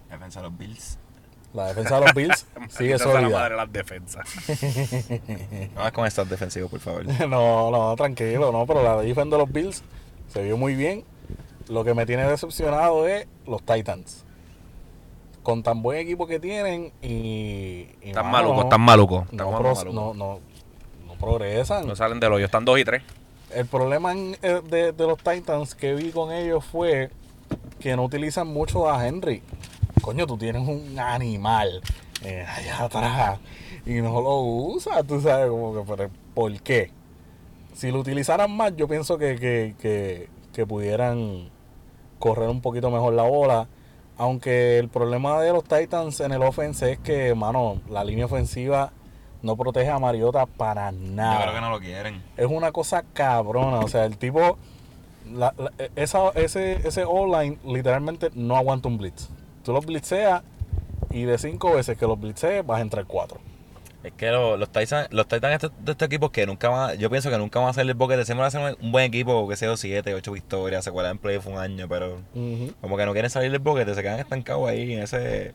S1: Defensa de los Bills.
S2: La defensa de los Bills sigue
S3: Esa es la
S2: sólida.
S3: madre de las defensas.
S1: No más con estar defensivo, por favor.
S2: No, no, tranquilo, no, pero la defensa de los Bills se vio muy bien. Lo que me tiene decepcionado es los Titans. Con tan buen equipo que tienen y. y,
S3: Están
S2: mano,
S3: malucos,
S2: no-
S3: están malucos. Están
S2: No,
S3: jugando
S2: pro-
S3: malucos.
S2: no, no, no progresan.
S3: No salen del hoyo, están dos y tres.
S2: El problema en- eh, de, de los Titans que vi con ellos fue que no utilizan mucho a Henry. Coño, tú tienes un animal eh, allá atrás y no lo usas, tú sabes, como que, pero, ¿por qué? Si lo utilizaran más, yo pienso que, que- que- que pudieran correr un poquito mejor la bola. Aunque el problema de los Titans en el offense es que, mano, la línea ofensiva no protege a Mariota para nada
S1: Yo creo que no lo quieren.
S2: es una cosa cabrona. O sea, el tipo, la- la- e, esa, ese, ese online literalmente no aguanta un blitz. Tú los blitzeas y de cinco veces que los blitzees vas a entrar cuatro.
S1: Es que lo- los Titans, los Titans estos- de estos equipos que nunca van a- yo pienso que nunca van a ser el boquete, siempre van a ser un buen equipo, que sea 7, 8 victorias, se cuelan en playoff un año, pero como que no quieren salir del boquete, se quedan estancados ahí en ese...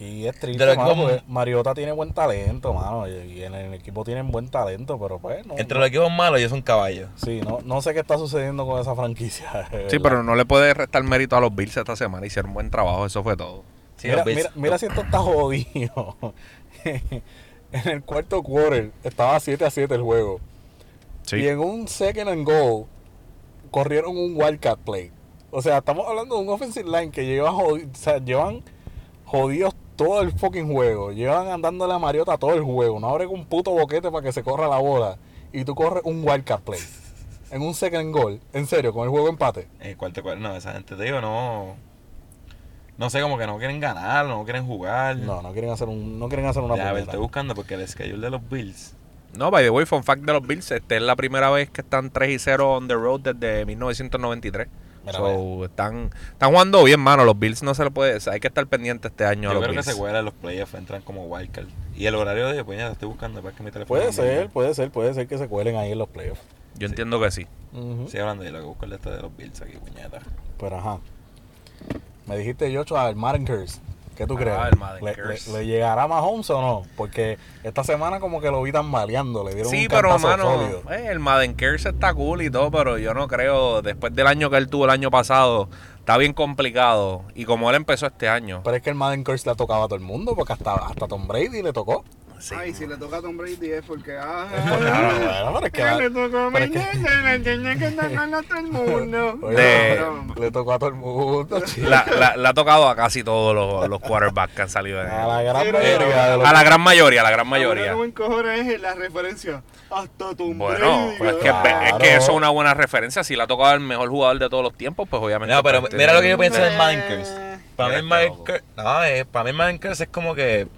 S2: Y es
S1: De
S2: triste,
S1: lo que
S2: mano,
S1: como-
S2: porque Mariota tiene buen talento, mano. Y y en el equipo tienen buen talento, pero pues no.
S1: Entre los equipos malos, ellos son caballos.
S2: Sí, no, no sé qué está sucediendo con esa franquicia. de
S3: Sí,
S2: verdad.
S3: pero no le puede restar mérito a los Bills esta semana. Hicieron buen trabajo, eso fue todo.
S1: Sí,
S2: mira,
S1: los Bills-
S2: mira, mira si esto está jodido. en el cuarto quarter estaba 7 a 7 el juego. Y en un second and goal corrieron un wildcat play. O sea, estamos hablando de un offensive line que lleva jodi- o sea, llevan jodidos todo el fucking juego. Llevan andando la mariota todo el juego. No abren un puto boquete para que se corra la bola. Y tú corres un wildcat play. En un second goal. En serio, con el juego empate.
S1: El eh, cuarto cuarto, no, esa gente te digo, no. No sé, como que no quieren ganar, no quieren jugar.
S2: No, no quieren hacer, un, no quieren hacer una
S1: Ya, a ver,
S2: puñeta.
S1: estoy buscando porque el schedule de los Bills.
S3: No, by the way, fun fact de los Bills. Esta es la primera vez que están 3 y 0 on the road desde 1993.
S2: Mira,
S3: so, están, están jugando bien, mano. Los Bills no se le puede. o sea, hay que estar pendiente este año. a
S1: Yo
S3: los
S1: creo que
S3: Bills.
S1: se cuelan los playoffs, entran como wildcard. Y el horario de pues, ya estoy buscando para que mi teléfono.
S2: Puede ser, puede ser, puede ser que se cuelen ahí en los playoffs.
S3: Yo entiendo que sí.
S2: Ujú.
S1: Sí, hablando de lo que busco el de esto de los Bills aquí, puñeta.
S2: Pero ajá. Me dijiste, Yocho, al Madden Curse. ¿Qué tú
S3: Ah,
S2: crees?
S3: el Madden
S2: ¿Le,
S3: Curse.
S2: le- le llegará más Holmes o no? Porque esta semana como que lo vi tan maleando. Le dieron
S3: Sí,
S2: un
S3: pero
S2: cantazo
S3: mano,
S2: sólido.
S3: eh, el Madden Curse está cool y todo, pero yo no creo. Después del año que él tuvo el año pasado, está bien complicado. Y como él empezó este año,
S2: Pero es que el Madden Curse le ha tocado a todo el mundo. Porque hasta, hasta Tom Brady le tocó.
S3: sí.
S5: Ay, si le toca a Tom Brady es porque. Ah,
S2: Claro, pero es que-
S5: le tocó
S2: pero
S5: a mi
S2: es que-
S5: niña, la niña que está con otro mundo.
S2: Oye,
S3: De-
S2: no, Le tocó a todo el mundo, chico.
S3: la, la- la ha tocado a casi todos los, los quarterbacks que han salido. de-
S2: A la gran
S5: Pero-
S2: mayoría de los...
S3: a la gran mayoría, a la gran
S5: Ahora
S3: mayoría.
S5: lo buen cojón es la referencia. Hasta Tom
S3: Bueno,
S5: Brady.
S3: pues es, que,
S5: ¿verdad?
S3: es
S2: Claro.
S3: que eso es una buena referencia. Si la ha tocado el mejor jugador de todos los tiempos, pues obviamente.
S1: No, pero
S3: pues,
S1: mira lo que yo
S3: tiene-
S1: pienso del Madden Curse.
S5: Eh,
S1: Para mí,
S3: Mira
S1: el Madden
S3: este
S1: Curse- no, eh, para mí el Madden Curse es como que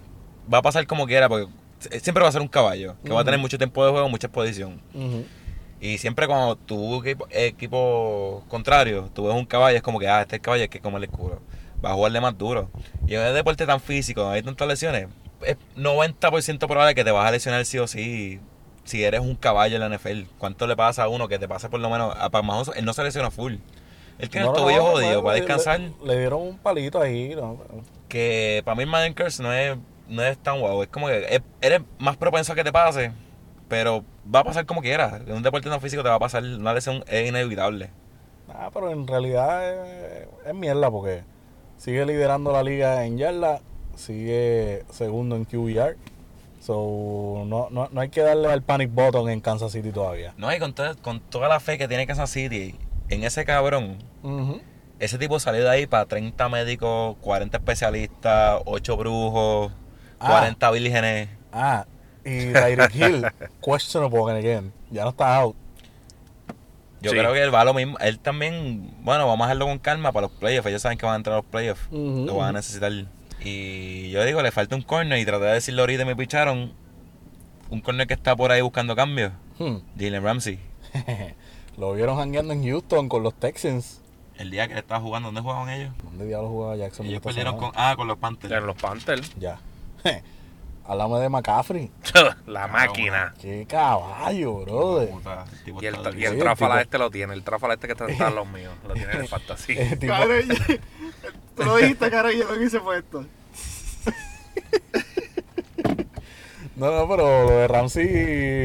S1: va a pasar como quiera, porque s- siempre va a ser un caballo, que va a tener mucho tiempo de juego, mucha exposición.
S2: Ujú.
S1: Y siempre cuando tu equipo, equipo contrario, tú ves un caballo, es como que, ah, este es el caballo hay que comerle el culo. Va a jugarle más duro. Y en un deporte tan físico, donde hay tantas lesiones, es 90% probable que te vas a lesionar sí o sí. Si eres un caballo en la NFL, ¿cuánto le pasa a uno que te pasa por lo menos a Palmajoso? Él no se lesiona full. Él tiene
S2: No,
S1: el
S2: no,
S1: tobillo
S2: no,
S1: jodido
S2: bueno,
S1: para
S2: le-
S1: descansar.
S2: Le, le dieron un palito ahí. ¿no?
S1: que para mí el Madden Curse no es, no es tan guau. Es como que es- eres más propenso a que te pase, pero va a pasar como quieras. En un deporte tan físico te va a pasar una lesión, es inevitable.
S2: Ah, pero en realidad eh, es, mierda porque sigue liderando la liga en yarda, sigue segundo en QBR. So, no, no, no hay que darle al panic button en Kansas City todavía.
S1: No, y con, toda- con toda la fe que tiene Kansas City en ese cabrón,
S2: Ujú.
S1: ese tipo salió de ahí para 30 médicos, 40 especialistas, 8 brujos,
S2: Ah.
S1: 40 vírgenes.
S2: Ah, y Tyreek Hill, questionable again. Ya no está out.
S1: Yo
S3: Sí.
S1: creo que él va a lo mismo. Él también, bueno, vamos a dejarlo con calma para los playoffs. Ellos saben que van a entrar a los playoffs.
S2: Ujú.
S1: Lo van a necesitar. Y yo digo, le falta un corner. Y traté de decirlo ahorita y me picharon. Un corner que está por ahí buscando cambios.
S2: Hmm.
S1: Dylan Ramsey.
S2: Lo vieron jangueando en Houston con los Texans.
S1: El día que él estaba jugando, ¿dónde jugaban ellos?
S2: ¿Dónde diablos jugaba Jackson?
S1: ellos
S2: esta
S1: perdieron con,
S2: semana?
S1: ah, con los Panthers.
S3: En los Panthers.
S2: Ya. Hablamos de McCaffrey.
S3: la máquina.
S2: Qué caballo, brother.
S1: Puta, el tipo
S3: Y el,
S1: está
S3: y el
S2: Sí,
S3: tráfala
S2: tipo-
S3: este lo tiene. El tráfala este que está está en los míos. Lo tiene en el fantasy.
S2: Ese tipo-
S5: Cara, yo- Tú lo dijiste, cara, y yo lo que hice fue esto.
S2: No, no, pero lo de Ramsey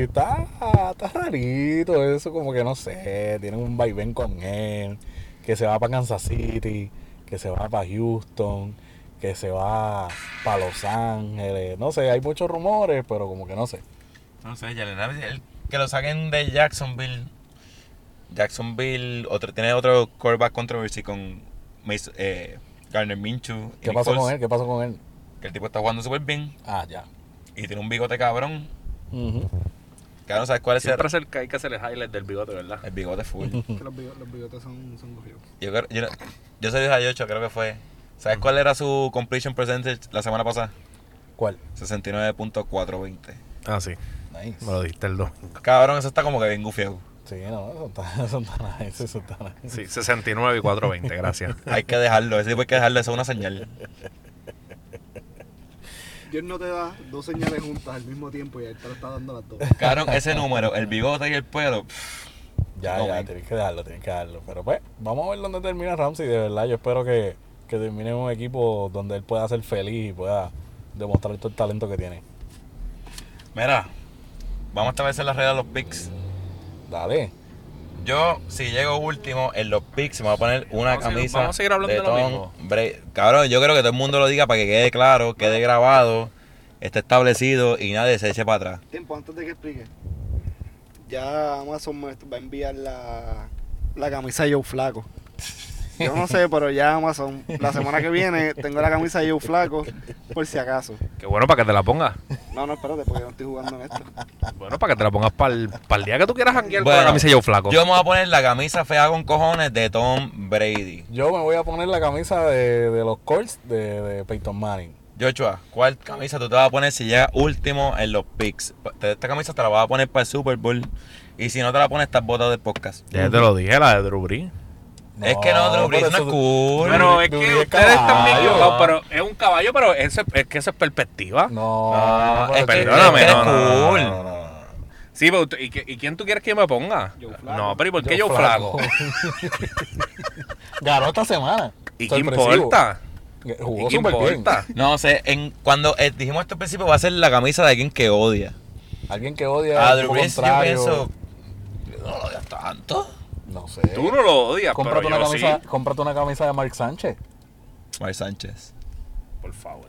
S2: está, está rarito. Eso como que no sé. Tienen un vaivén con él. Que se va para Kansas City. Que se va para Houston. Que se va para Los Ángeles. No sé, hay muchos rumores, pero como que no sé.
S1: No sé, Jalen Ramsey, el- que lo saquen de Jacksonville. Jacksonville otro, tiene otro quarterback controversy con Mason- eh, Garner Minchu.
S2: ¿Qué pasó con él? ¿Qué pasó con él?
S1: Que el tipo está jugando súper bien
S2: Ah, ya.
S1: y tiene un bigote cabrón.
S2: Ujú.
S1: Que no sabes cuál es el,
S3: Siempre es el que hay que hacer el highlight del bigote, ¿verdad?
S1: el bigote full.
S5: Que los, bigo- los bigotes son, son cogidos.
S1: yo, creo- yo, no- yo soy de 18, creo que fue. ¿Sabes cuál era su completion percentage la semana pasada?
S2: ¿Cuál?
S1: 69.420.
S3: Ah, sí.
S2: Nice.
S3: diste el domingo.
S1: Cabrón, eso está como que bien gufiado.
S2: Sí, no, eso está, eso está nice. Eso está nice.
S3: Sí, 69 y 420. Gracias.
S1: Hay que dejarlo, ese tipo hay que dejarlo, eso es una señal.
S5: Dios no te da dos señales juntas al mismo tiempo y él te lo está dando las dos.
S1: Cabrón, ese número, el bigote y el pelo. pff,
S2: Ya,
S1: No,
S2: ya,
S1: man.
S2: tienes que darlo, tienes que darlo. Pero pues, vamos a ver dónde termina Ramsey. De verdad, yo espero que, que termine en un equipo donde él pueda ser feliz y pueda demostrar todo el talento que tiene.
S1: Mira, vamos a establecer las reglas de los picks.
S2: Dale.
S1: Yo, si llego último en los picks, me voy a poner una
S3: Vamos a seguir-
S1: camisa.
S3: vamos a seguir hablando de lo
S1: Tom
S3: mismo.
S1: Brady. Cabrón, yo creo que todo el mundo lo diga para que quede claro, quede grabado, esté establecido y nadie se eche para atrás.
S5: Tiempo, antes de que explique. Ya Amazon me va a enviar la, la camisa de Joe Flaco. Yo no sé, pero ya Amazon, la semana que viene tengo la camisa de Joe Flaco, por si acaso.
S3: Qué bueno para que te la pongas.
S5: No, no, espérate, porque yo no estoy jugando en esto.
S3: Bueno, para que te la pongas para el, día que tú quieras janguear con
S1: Bueno,
S3: la camisa yo flaco.
S1: Yo me voy a poner la camisa fea con cojones de Tom Brady.
S2: Yo me voy a poner la camisa de, de los Colts de, de Peyton Manning.
S1: Joshua, ¿cuál camisa tú te vas a poner si llegas último en los picks? Te- Esta camisa te la vas a poner para el Super Bowl. Y si no te la pones, estás botas del podcast.
S3: Ya te lo dije, la de Drew Brees.
S1: es que no, Drew
S2: pero
S1: Brees no es
S2: eso-
S1: cool.
S3: Bueno, es que
S2: Drew Brees es
S3: ustedes están bien
S2: caballo.
S3: equivocados, pero es un caballo, pero eso es, es que eso es perspectiva.
S2: No,
S1: Ah,
S2: pero
S1: es que-
S3: eh, perdóname,
S1: es que
S3: no, no, no,
S1: cool.
S2: no, no, no, no.
S3: Sí, pero usted- ¿y, qué- y quién tú quieres que yo me ponga? No, pero ¿y por qué yo,
S2: Yo
S3: flaco?
S2: Ganó esta semana.
S3: ¿Y qué
S2: Sorpresivo.
S3: importa? ¿Y
S2: Jugó
S3: qué
S2: súper bien.
S3: importa?
S1: No sé, en, cuando eh, dijimos esto al principio, va a ser la camisa de alguien que odia.
S2: Alguien que odia
S1: A
S2: al
S1: Ah, Drew
S2: equipo
S1: Brees, yo
S2: contrario.
S1: pienso. No lo odias tanto.
S2: No sé.
S3: Tú no lo odias,
S2: cómprate,
S3: pero
S2: una
S3: yo
S2: camisa,
S3: sí.
S2: cómprate una camisa de Mark Sánchez,
S1: Mar Sánchez.
S3: Por favor.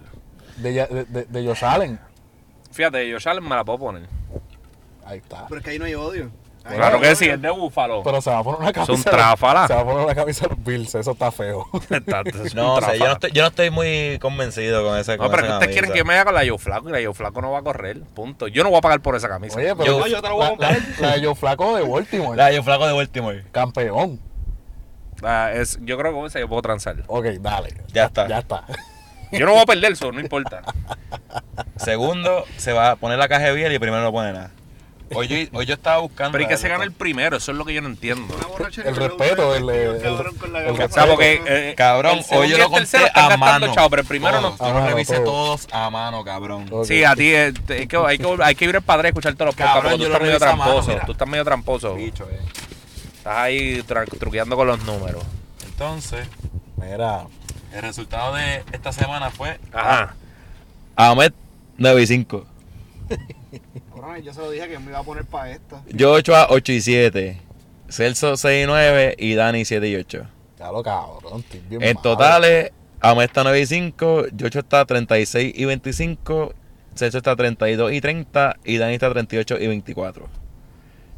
S2: de, Ya- de, de, de Josh Allen.
S3: Fíjate, yo Allen me la puedo poner.
S2: Ahí está.
S4: Pero es que ahí no hay odio. Ahí no
S3: Claro
S4: hay
S3: que
S4: odio.
S3: sí, es de Búfalo.
S2: Pero se va a poner una camisa.
S3: Son tráfalas.
S2: Se va a poner una camisa de los Bills, eso está feo.
S3: Está- es un
S1: No sé, yo no,
S3: tráfala.
S1: estoy, yo no estoy muy convencido con esa
S3: No,
S1: con
S3: pero es que
S1: esa
S3: ustedes quieren
S1: camisa.
S3: que me haga la de Joe Flaco y la de Joe Flaco no va a correr. Punto. Yo no voy a pagar por esa camisa.
S2: Oye, pero
S1: Yo-
S2: la-
S1: No, yo
S2: la, la- la de Joe Flaco de Baltimore,
S1: La de Flaco de Baltimore.
S2: campeón.
S3: Ah, es- yo creo que con esa yo puedo transar.
S2: Ok, dale.
S1: Ya está.
S2: Ya está.
S3: Yo no voy a perder eso, no importa.
S1: Segundo, se va a poner la caja de biel y primero no pone nada. Hoy yo, hoy yo estaba buscando.
S3: Pero y que se
S1: pues.
S3: gane el primero, eso es lo que yo no entiendo.
S4: Una
S3: O
S4: borrachera
S2: El
S4: que le gusta
S2: respeto,
S4: vestir,
S2: el- el-
S4: cabrón con la
S2: el
S4: gafas.
S2: respeto.
S3: sea, porque. eh,
S1: Cabrón,
S3: el
S1: hoy
S3: segundo
S1: yo
S3: y
S1: lo
S3: el tercero
S1: conté
S3: están
S1: a
S3: gastando
S1: mano.
S3: chavo, pero el primero
S1: Todos, yo
S3: no.
S2: A mano,
S1: revisé
S2: todo.
S1: todos a mano, cabrón.
S2: Ok.
S3: Sí, a ti eh, te- es que hay que, hay que ir al padre a escuchar todos los podcasts
S1: Cabrón,
S3: porque tú
S1: yo
S3: estás
S1: lo
S3: medio
S1: reviso a mano,
S3: tramposo.
S1: mira.
S3: Tú estás medio tramposo.
S1: Bicho, eh.
S3: Estás ahí tra- truqueando con los números.
S1: Entonces,
S2: Mira,
S1: el resultado de esta semana fue
S3: Ajá.
S1: Ahmed 9 y 5.
S5: Cabrones, yo se lo dije que me iba a poner para esta.
S1: Yo 8 a 8 y 7. Celso 6 y 9 y Dani 7 y 8.
S2: ya lo cabrón. estoy bien
S1: En
S2: malo.
S1: totales, Ahmed está 9 y 5, Yocho está 36 y 25, Celso está 32 y 30 y Dani está 38 y 24.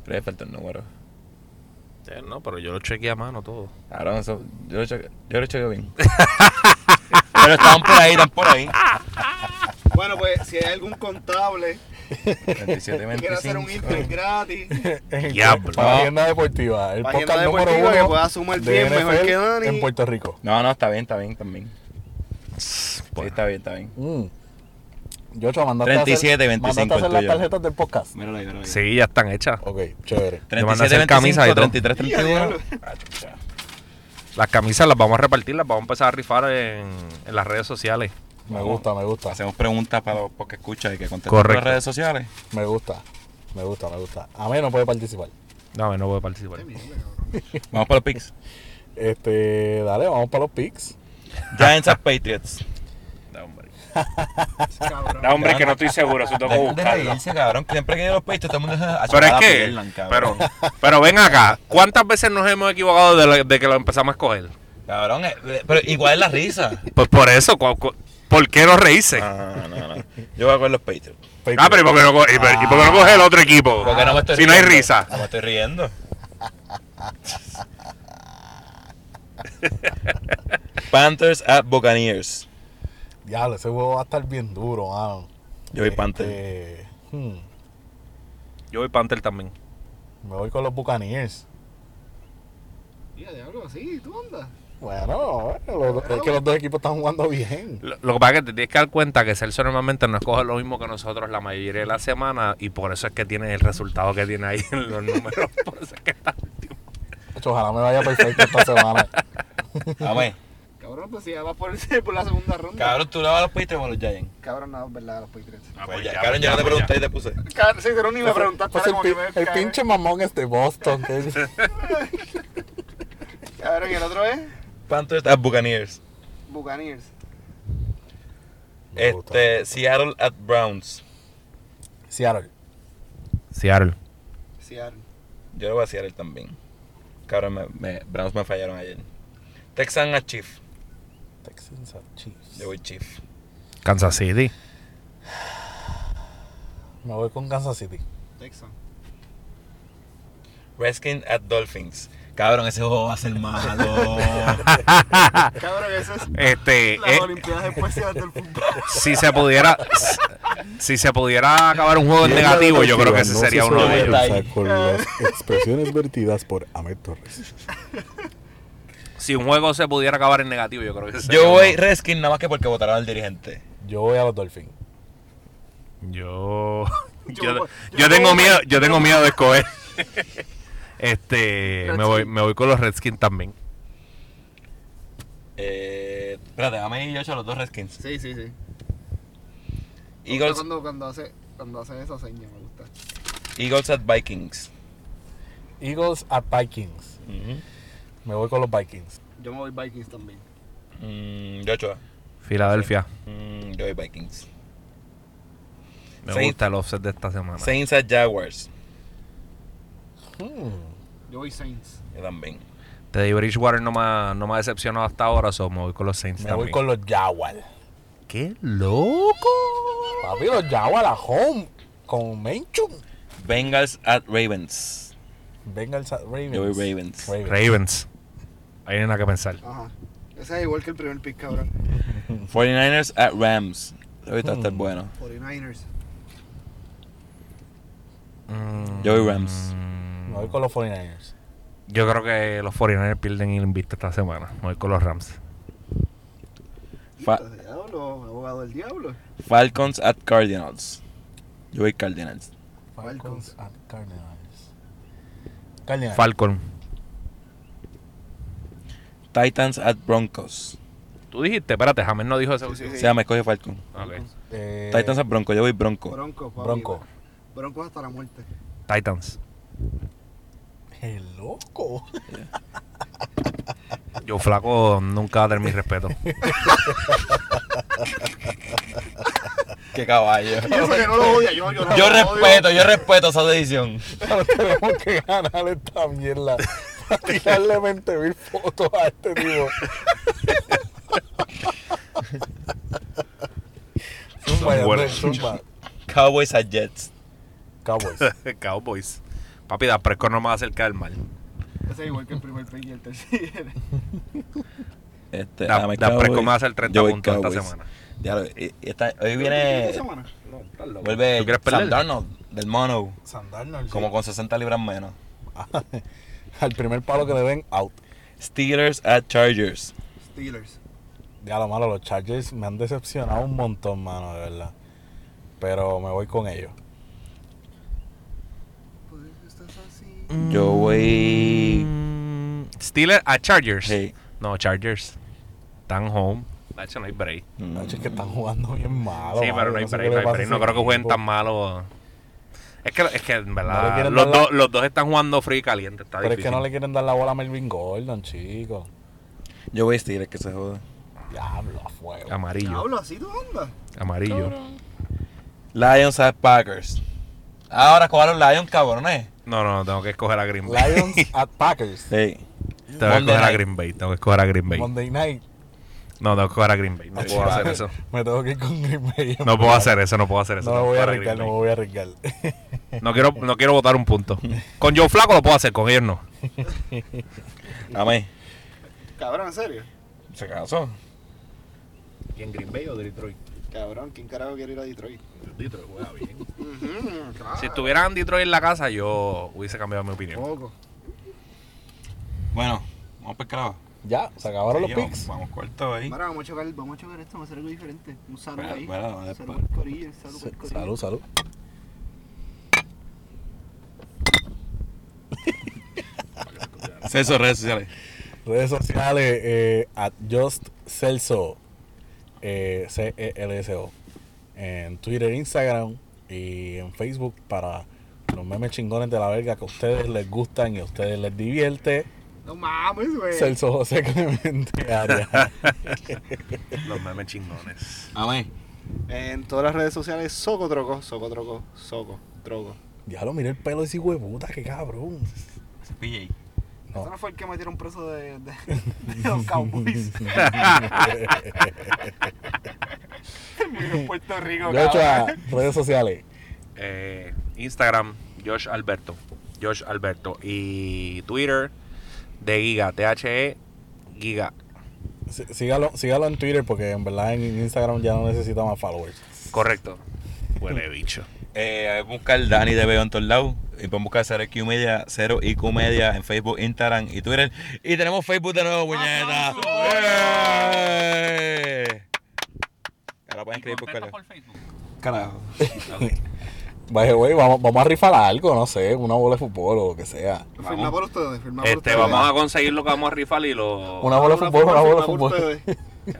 S1: Creo que falta el número.
S3: Eh, No, pero yo lo chequeé a mano todo.
S1: Cabrón, eso, yo lo chequeo, yo lo chequeo bien. Pero estaban por ahí, están por ahí.
S5: Bueno, pues si hay algún contable
S1: 37 y
S5: que quiera hacer un
S1: 25.
S5: intern gratis,
S2: En-
S3: Diablo.
S2: Para la agenda deportiva. El
S5: Para
S2: podcast
S5: agenda
S2: número
S5: deportiva,
S2: uno
S5: que pueda sumar
S2: de
S5: bien, mejor
S2: NFL
S5: que Dani.
S2: En Puerto Rico.
S1: No, no, está bien, está bien también. Sí,
S3: Pues,
S1: está bien, está bien.
S2: Mm. Yo, Chua,
S1: 37,
S2: mandaste a hacer,
S1: 25
S2: mandaste a hacer
S1: el
S2: las
S1: tuyo.
S2: tarjetas del podcast.
S1: Míralo ahí, míralo ahí.
S3: Sí, ya están hechas.
S2: Ok, chévere.
S3: Te mandan a
S1: 37,
S3: hacer
S1: 25,
S3: camisa y todo.
S1: 33, 31.
S3: Las camisas las vamos a repartir, las vamos a empezar a rifar en, en las redes sociales.
S2: Me gusta, me gusta.
S1: Pues Hacemos preguntas para los que escuchan y que contestan
S3: Correcto.
S1: por las redes sociales.
S2: Me gusta. Me gusta, me gusta. A mí no puede participar.
S3: No, no voy a participar.
S1: Vamos para los picks.
S2: Este, dale, vamos para los picks.
S1: Giants at Patriots.
S3: Da hombre. Da hombre que no estoy seguro, eso tengo que buscarlo.
S1: irse, cabrón. Siempre que yo los Patriots, todo el mundo "Ah,
S3: Pero es
S1: ojalá
S3: que,
S1: pierdan, cabrón.
S3: pero, pero ven acá, ¿cuántas veces nos hemos equivocado de, la- de que lo empezamos a escoger?
S1: Cabrón, eh, pero igual es la risa.
S3: Pues por eso, cu- cu- ¿por qué no reírse? Ah,
S1: No, no, no. Yo voy a coger los Patriots.
S3: pero ¿y por qué no, co- y por- y por qué no coge el otro equipo?
S1: Porque no me estoy
S3: Ah, si no hay
S1: riendo.
S3: risa.
S1: No me estoy riendo. Panthers at Buccaneers.
S2: Diablo, ese juego va a estar bien duro, mano.
S1: Yo voy Panthers.
S2: Este, hmm,
S3: Yo voy Panther también.
S2: me voy con los Buccaneers.
S4: Mira, diablo, sí, tú andas.
S2: Bueno, bueno, es que los dos equipos están jugando bien.
S3: Lo, lo que pasa es que te tienes que dar cuenta que Celso normalmente no escoge lo mismo que nosotros la mayoría de la semana y por eso es que tiene el resultado que tiene ahí en los números. Por eso es que está último.
S2: Ojalá me vaya perfecto esta semana.
S3: Este,
S1: Amén.
S4: Cabrón, pues si ya vas por, por la segunda ronda.
S1: Ah, Cabrón, tú le vas a los Patriots o a los Giants.
S4: Cabrón, no, es verdad, los Patriots.
S3: Ah,
S1: Pues ya, cabrón, yo no te pregunté y te puse.
S4: Cabrón, sí, pero ni me preguntaste.
S2: Pues
S4: era
S2: el,
S4: como
S2: pi-
S4: que me-
S2: el
S4: cabrón.
S2: pinche mamón es de Boston. que-
S5: eh,
S4: Cabrón, y el otro es
S1: Panthers at Buccaneers.
S4: Buccaneers.
S2: Me gusta.
S1: Este, Seattle at Browns.
S2: Seattle.
S3: Seattle.
S4: Seattle.
S1: Yo lo voy a Seattle también. Cabrón, me, me- Browns me fallaron ayer. Texan at Chief.
S2: Texans at Chiefs.
S1: Yo voy Chief.
S3: Kansas City.
S2: Me voy con Kansas City.
S4: Texan.
S1: Redskins at Dolphins. Cabrón, ese juego va a ser malo.
S5: Cabrón, eso es
S3: Este,
S5: las
S3: eh,
S5: Olimpiadas Especiales del fútbol.
S3: si se pudiera s- si se pudiera acabar un juego en
S2: Bien
S3: negativo, yo
S2: reducida,
S3: creo que ese
S2: no
S3: sería
S2: se
S3: uno de ellos.
S2: solidariza Con las expresiones vertidas por Ahmed Torres.
S3: Si un juego se pudiera acabar en negativo, yo creo que ese
S1: Yo
S3: sería
S1: voy
S3: uno.
S1: Redskin nada más que porque votaron al dirigente.
S2: Yo voy a los Dolphins.
S3: Yo yo,
S5: Yo voy-
S3: yo
S5: yo
S3: tengo
S5: voy-
S3: miedo, yo tengo miedo de escoger. Este, me voy
S5: Redskins.
S3: me voy con los Redskins también.
S1: Eh, espérate, dame y yo los dos Redskins.
S5: Sí, sí, sí.
S1: Eagles,
S5: Cuando, cuando, hace, cuando hacen esa seña, me gusta.
S1: Eagles at Vikings. Mm-hmm.
S2: Eagles at Vikings. Me voy con los Vikings.
S5: Yo me voy Vikings también.
S1: Mm, yo Ochoa.
S3: Filadelfia.
S1: Mm, yo voy Vikings.
S3: Me
S1: Saints.
S3: gusta el offset de esta semana.
S1: Saints at Jaguars.
S2: Hmm,
S5: Yo voy Saints.
S1: Yo también.
S3: Teddy Bridgewater no me, ha- no me ha decepcionado hasta ahora, so me voy con los Saints
S2: Me
S3: también.
S2: voy con los Jaguars.
S3: ¡Qué loco!
S2: Papi, los Jaguars a home. Con Menchum.
S1: Bengals at Ravens.
S2: Venga el Sa- Ravens.
S1: Yo voy Ravens.
S2: Ravens.
S3: Ravens. Ahí no hay nada que pensar.
S5: Ajá. Ese es igual que el primer pick, cabrón.
S1: 49ers at Rams. Ahorita está bueno.
S5: 49ers.
S3: Mm,
S1: Yo voy Rams.
S2: Me voy con los 49ers.
S3: Yo creo que los 49ers pierden el invicto esta semana. Me voy con los Rams.
S1: Fa-
S5: Hijo de diablo, abogado del diablo.
S1: Falcons at Cardinals. Yo voy Cardinals.
S5: Falcons.
S2: at Cardinals. Cardinals.
S3: Falcon.
S1: Titans at Broncos.
S3: Tú dijiste, espérate, James no dijo eso.
S5: Sí, sí,
S1: O
S5: sí.
S1: sea, me escoge Falcon.
S3: Ok.
S2: Eh,
S1: Titans at Broncos. Yo voy Bronco.
S5: Bronco. papi.
S2: Bronco.
S5: Broncos hasta la muerte.
S3: Titans.
S2: ¡Qué loco!
S3: Yo flaco nunca va a tener mi respeto.
S1: Qué caballo.
S5: Y eso que no lo odia, yo, yo, no
S1: Yo
S5: lo odio.
S1: respeto, yo respeto esa decisión.
S2: Pero tenemos que ganar esta mierda. Para tirarle 20 mil fotos a este tipo. Zumba,
S3: Son buenos.
S2: Andrés, zumba.
S1: Cowboys at Jets.
S2: Cowboys.
S3: Cowboys. Papi, da fresco no me va a acercar del mal.
S5: Ese es igual que el primer pick y el tercero.
S1: Este,
S3: Da,
S1: dame
S3: da fresco
S1: Cowboys.
S3: me va a hacer 30
S1: Yo voy
S3: puntos esta
S1: Cowboys.
S3: semana.
S1: Ya lo- y- y esta- hoy
S5: ¿Qué
S1: viene.
S5: semana?
S1: Vuelve
S3: ¿Tú quieres
S1: Sam
S3: perder?
S1: Darnold del mono.
S2: Sandarnos.
S1: Como con 60 libras menos.
S2: Al primer palo que le den, out.
S1: Steelers at Chargers.
S5: Steelers.
S2: Ya lo malo, los Chargers me han decepcionado un montón, mano, de verdad. Pero me voy con ellos.
S5: ¿Por qué Pues, estás así?
S2: Mm.
S1: Yo
S5: Mm.
S1: voy.
S3: Mm, Steelers a Chargers.
S1: Sí.
S3: No, Chargers. Están home. Nacho, no hay break.
S1: Mm.
S2: Los es que están jugando bien malo.
S3: sí, pero
S2: mano,
S3: no hay
S2: sé
S3: break.
S2: qué
S3: No,
S2: le
S3: hay
S2: pasa a
S3: break.
S2: ese
S3: No creo que jueguen
S2: equipo.
S3: tan malo. Es que, es que en
S2: No le
S3: verdad,
S2: quieren
S3: los,
S2: dar la-
S3: dos, los dos están jugando frío y caliente. Está
S2: Pero es que
S3: difícil.
S2: no le quieren dar la bola a Melvin Gordon, chico.
S1: Yo voy Steelers, que se joda.
S2: Diablo, a fuego.
S3: Amarillo.
S5: Diablo, así tú andas.
S3: Amarillo.
S1: Lions at Packers. Ahora cojaron Lions, eh. cabrones.
S3: No, no, tengo que escoger a Green Bay.
S2: Lions at Packers.
S1: Sí.
S3: Tengo que
S1: Monday
S3: escoger a
S1: night.
S3: Green Bay. Tengo que escoger a Green Bay.
S2: Monday night.
S3: No, tengo que escoger a Green Bay. No puedo hacer eso.
S2: Me tengo que ir con Green Bay.
S3: No puedo hacer eso, no puedo hacer eso.
S2: No me
S3: Tengo
S2: voy
S3: que
S2: a
S3: escoger
S2: arriesgar, no me
S3: Green
S2: voy a arriesgar.
S3: Bay. No quiero, no quiero votar un punto. Con Joe Flaco lo puedo hacer, con ellos no.
S1: Amén.
S5: Cabrón, ¿en serio?
S1: ¿Se casó?
S3: ¿Quién Green Bay o Detroit?
S5: Cabrón, ¿quién carajo quiere ir a Detroit?
S3: Detroit juega bien.
S5: Ujú, claro.
S3: Si estuvieran Detroit en la casa, yo hubiese cambiado mi opinión.
S5: Poco.
S1: Bueno, vamos para el carajo.
S2: Ya, se acabaron los
S1: Sí,
S2: picks.
S1: Vamos corto ahí.
S5: Mira, vamos a chocar, vamos a chocar esto, vamos a hacer algo diferente. Un saludo
S1: Espera,
S5: ahí.
S1: espera,
S5: Un
S1: vale,
S5: saludo
S1: espera.
S5: al corillo, un saludo al corillo.
S2: Salud, salud.
S1: Celso, redes sociales.
S2: Redes sociales, eh, at Just Celso, eh, C-E-L-S-O. En Twitter, Instagram y en Facebook para los memes chingones de la verga que a ustedes les gustan y a ustedes les divierte.
S5: No mames, güey.
S2: Celso José Clemente Arias.
S3: Los memes chingones.
S1: Amén.
S5: En todas las redes sociales, Soco Troco, Soco Troco, Soco Troco.
S2: Diablo, mira el pelo de ese huevuta, qué cabrón.
S1: PJ.
S2: No.
S5: Ese no fue el que metieron preso de, de, de los Cowboys. Terminó en Puerto Rico,
S2: Yo hecho a
S5: cabrón.
S2: redes sociales.
S3: Eh, Instagram, Josh Alberto. Josh Alberto. Y Twitter, de Giga, THE Giga.
S2: Sí- Sígalo, sígalo en Twitter porque en verdad en Instagram ya no necesita más followers.
S3: Correcto. Huele bicho.
S1: Eh, hay que buscar Dani de Veo en todos lados. Y pueden buscar 0IQ Media, 0IQ Media en Facebook, Instagram y Twitter. Y tenemos Facebook de nuevo, puñeta. ¡Eh! Ahora pueden escribir por correo. Carajo.
S2: By the way, vamos, vamos a rifar algo, no sé, una bola de fútbol o lo que sea.
S5: Firma por ustedes, firma por
S3: Este,
S5: ustedes.
S3: vamos a conseguir lo que vamos a rifar y lo.
S2: Una bola de fútbol, una bola de
S5: firma por
S2: fútbol.
S5: ustedes.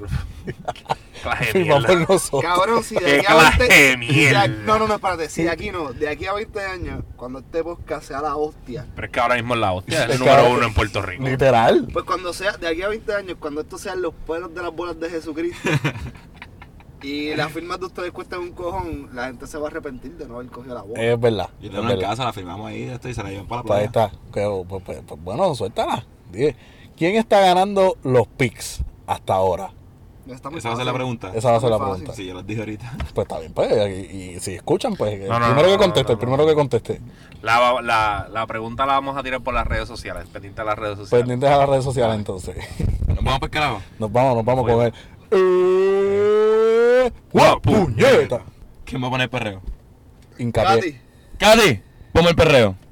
S3: Clase de
S2: Firma por
S3: Eh, mierda.
S2: nosotros.
S5: Cabrón, si
S3: Qué
S5: de aquí a
S3: clase
S5: 20
S3: de
S5: de aquí-
S3: mierda.
S5: No, no, no, espérate. Si de aquí no, de aquí a 20 años, cuando este podcast sea la hostia.
S3: Pero es que ahora mismo es la hostia. Es
S2: Es
S3: el
S2: que
S3: número
S2: ahora-
S3: uno en Puerto Rico.
S2: Literal.
S5: Pues cuando sea, de aquí a 20 años, cuando esto sean los pelos de las bolas de Jesucristo y las firmas de ustedes cuestan un cojón, la gente se va a arrepentir de no haber cogido la
S3: Eh,
S5: bola.
S2: Es verdad.
S1: Yo
S2: es
S1: tengo en
S2: verdad.
S1: casa, la firmamos ahí esto, y se la llevan para la
S2: Ahí
S1: playa.
S2: está. Que- pues, pues, pues, bueno, suéltala. Dile, ¿Quién está ganando los picks hasta ahora?
S5: Ya está muy
S1: Esa va a ser la
S5: fácil.
S1: pregunta.
S2: Esa va a ser la
S5: Muy fácil.
S2: pregunta.
S1: Ah, Sí, yo las dije ahorita.
S2: Pues está bien, pues. Y, y si escuchan, pues. El
S3: No, no,
S2: primero que
S3: no, no,
S2: conteste,
S3: no,
S2: el primero
S3: no.
S2: que conteste.
S3: La, la, la pregunta la vamos a tirar por las redes sociales. Pendiente a las redes sociales.
S2: Pendientes Pues a las redes sociales, entonces.
S1: Nos vamos para el carajo.
S2: Nos vamos, nos vamos con el. Eh, ¡guau, puñeta!
S1: ¿Quién va a poner el perreo?
S2: Hincapié.
S5: Katy.
S1: ¡Cati! ¡Ponme el perreo!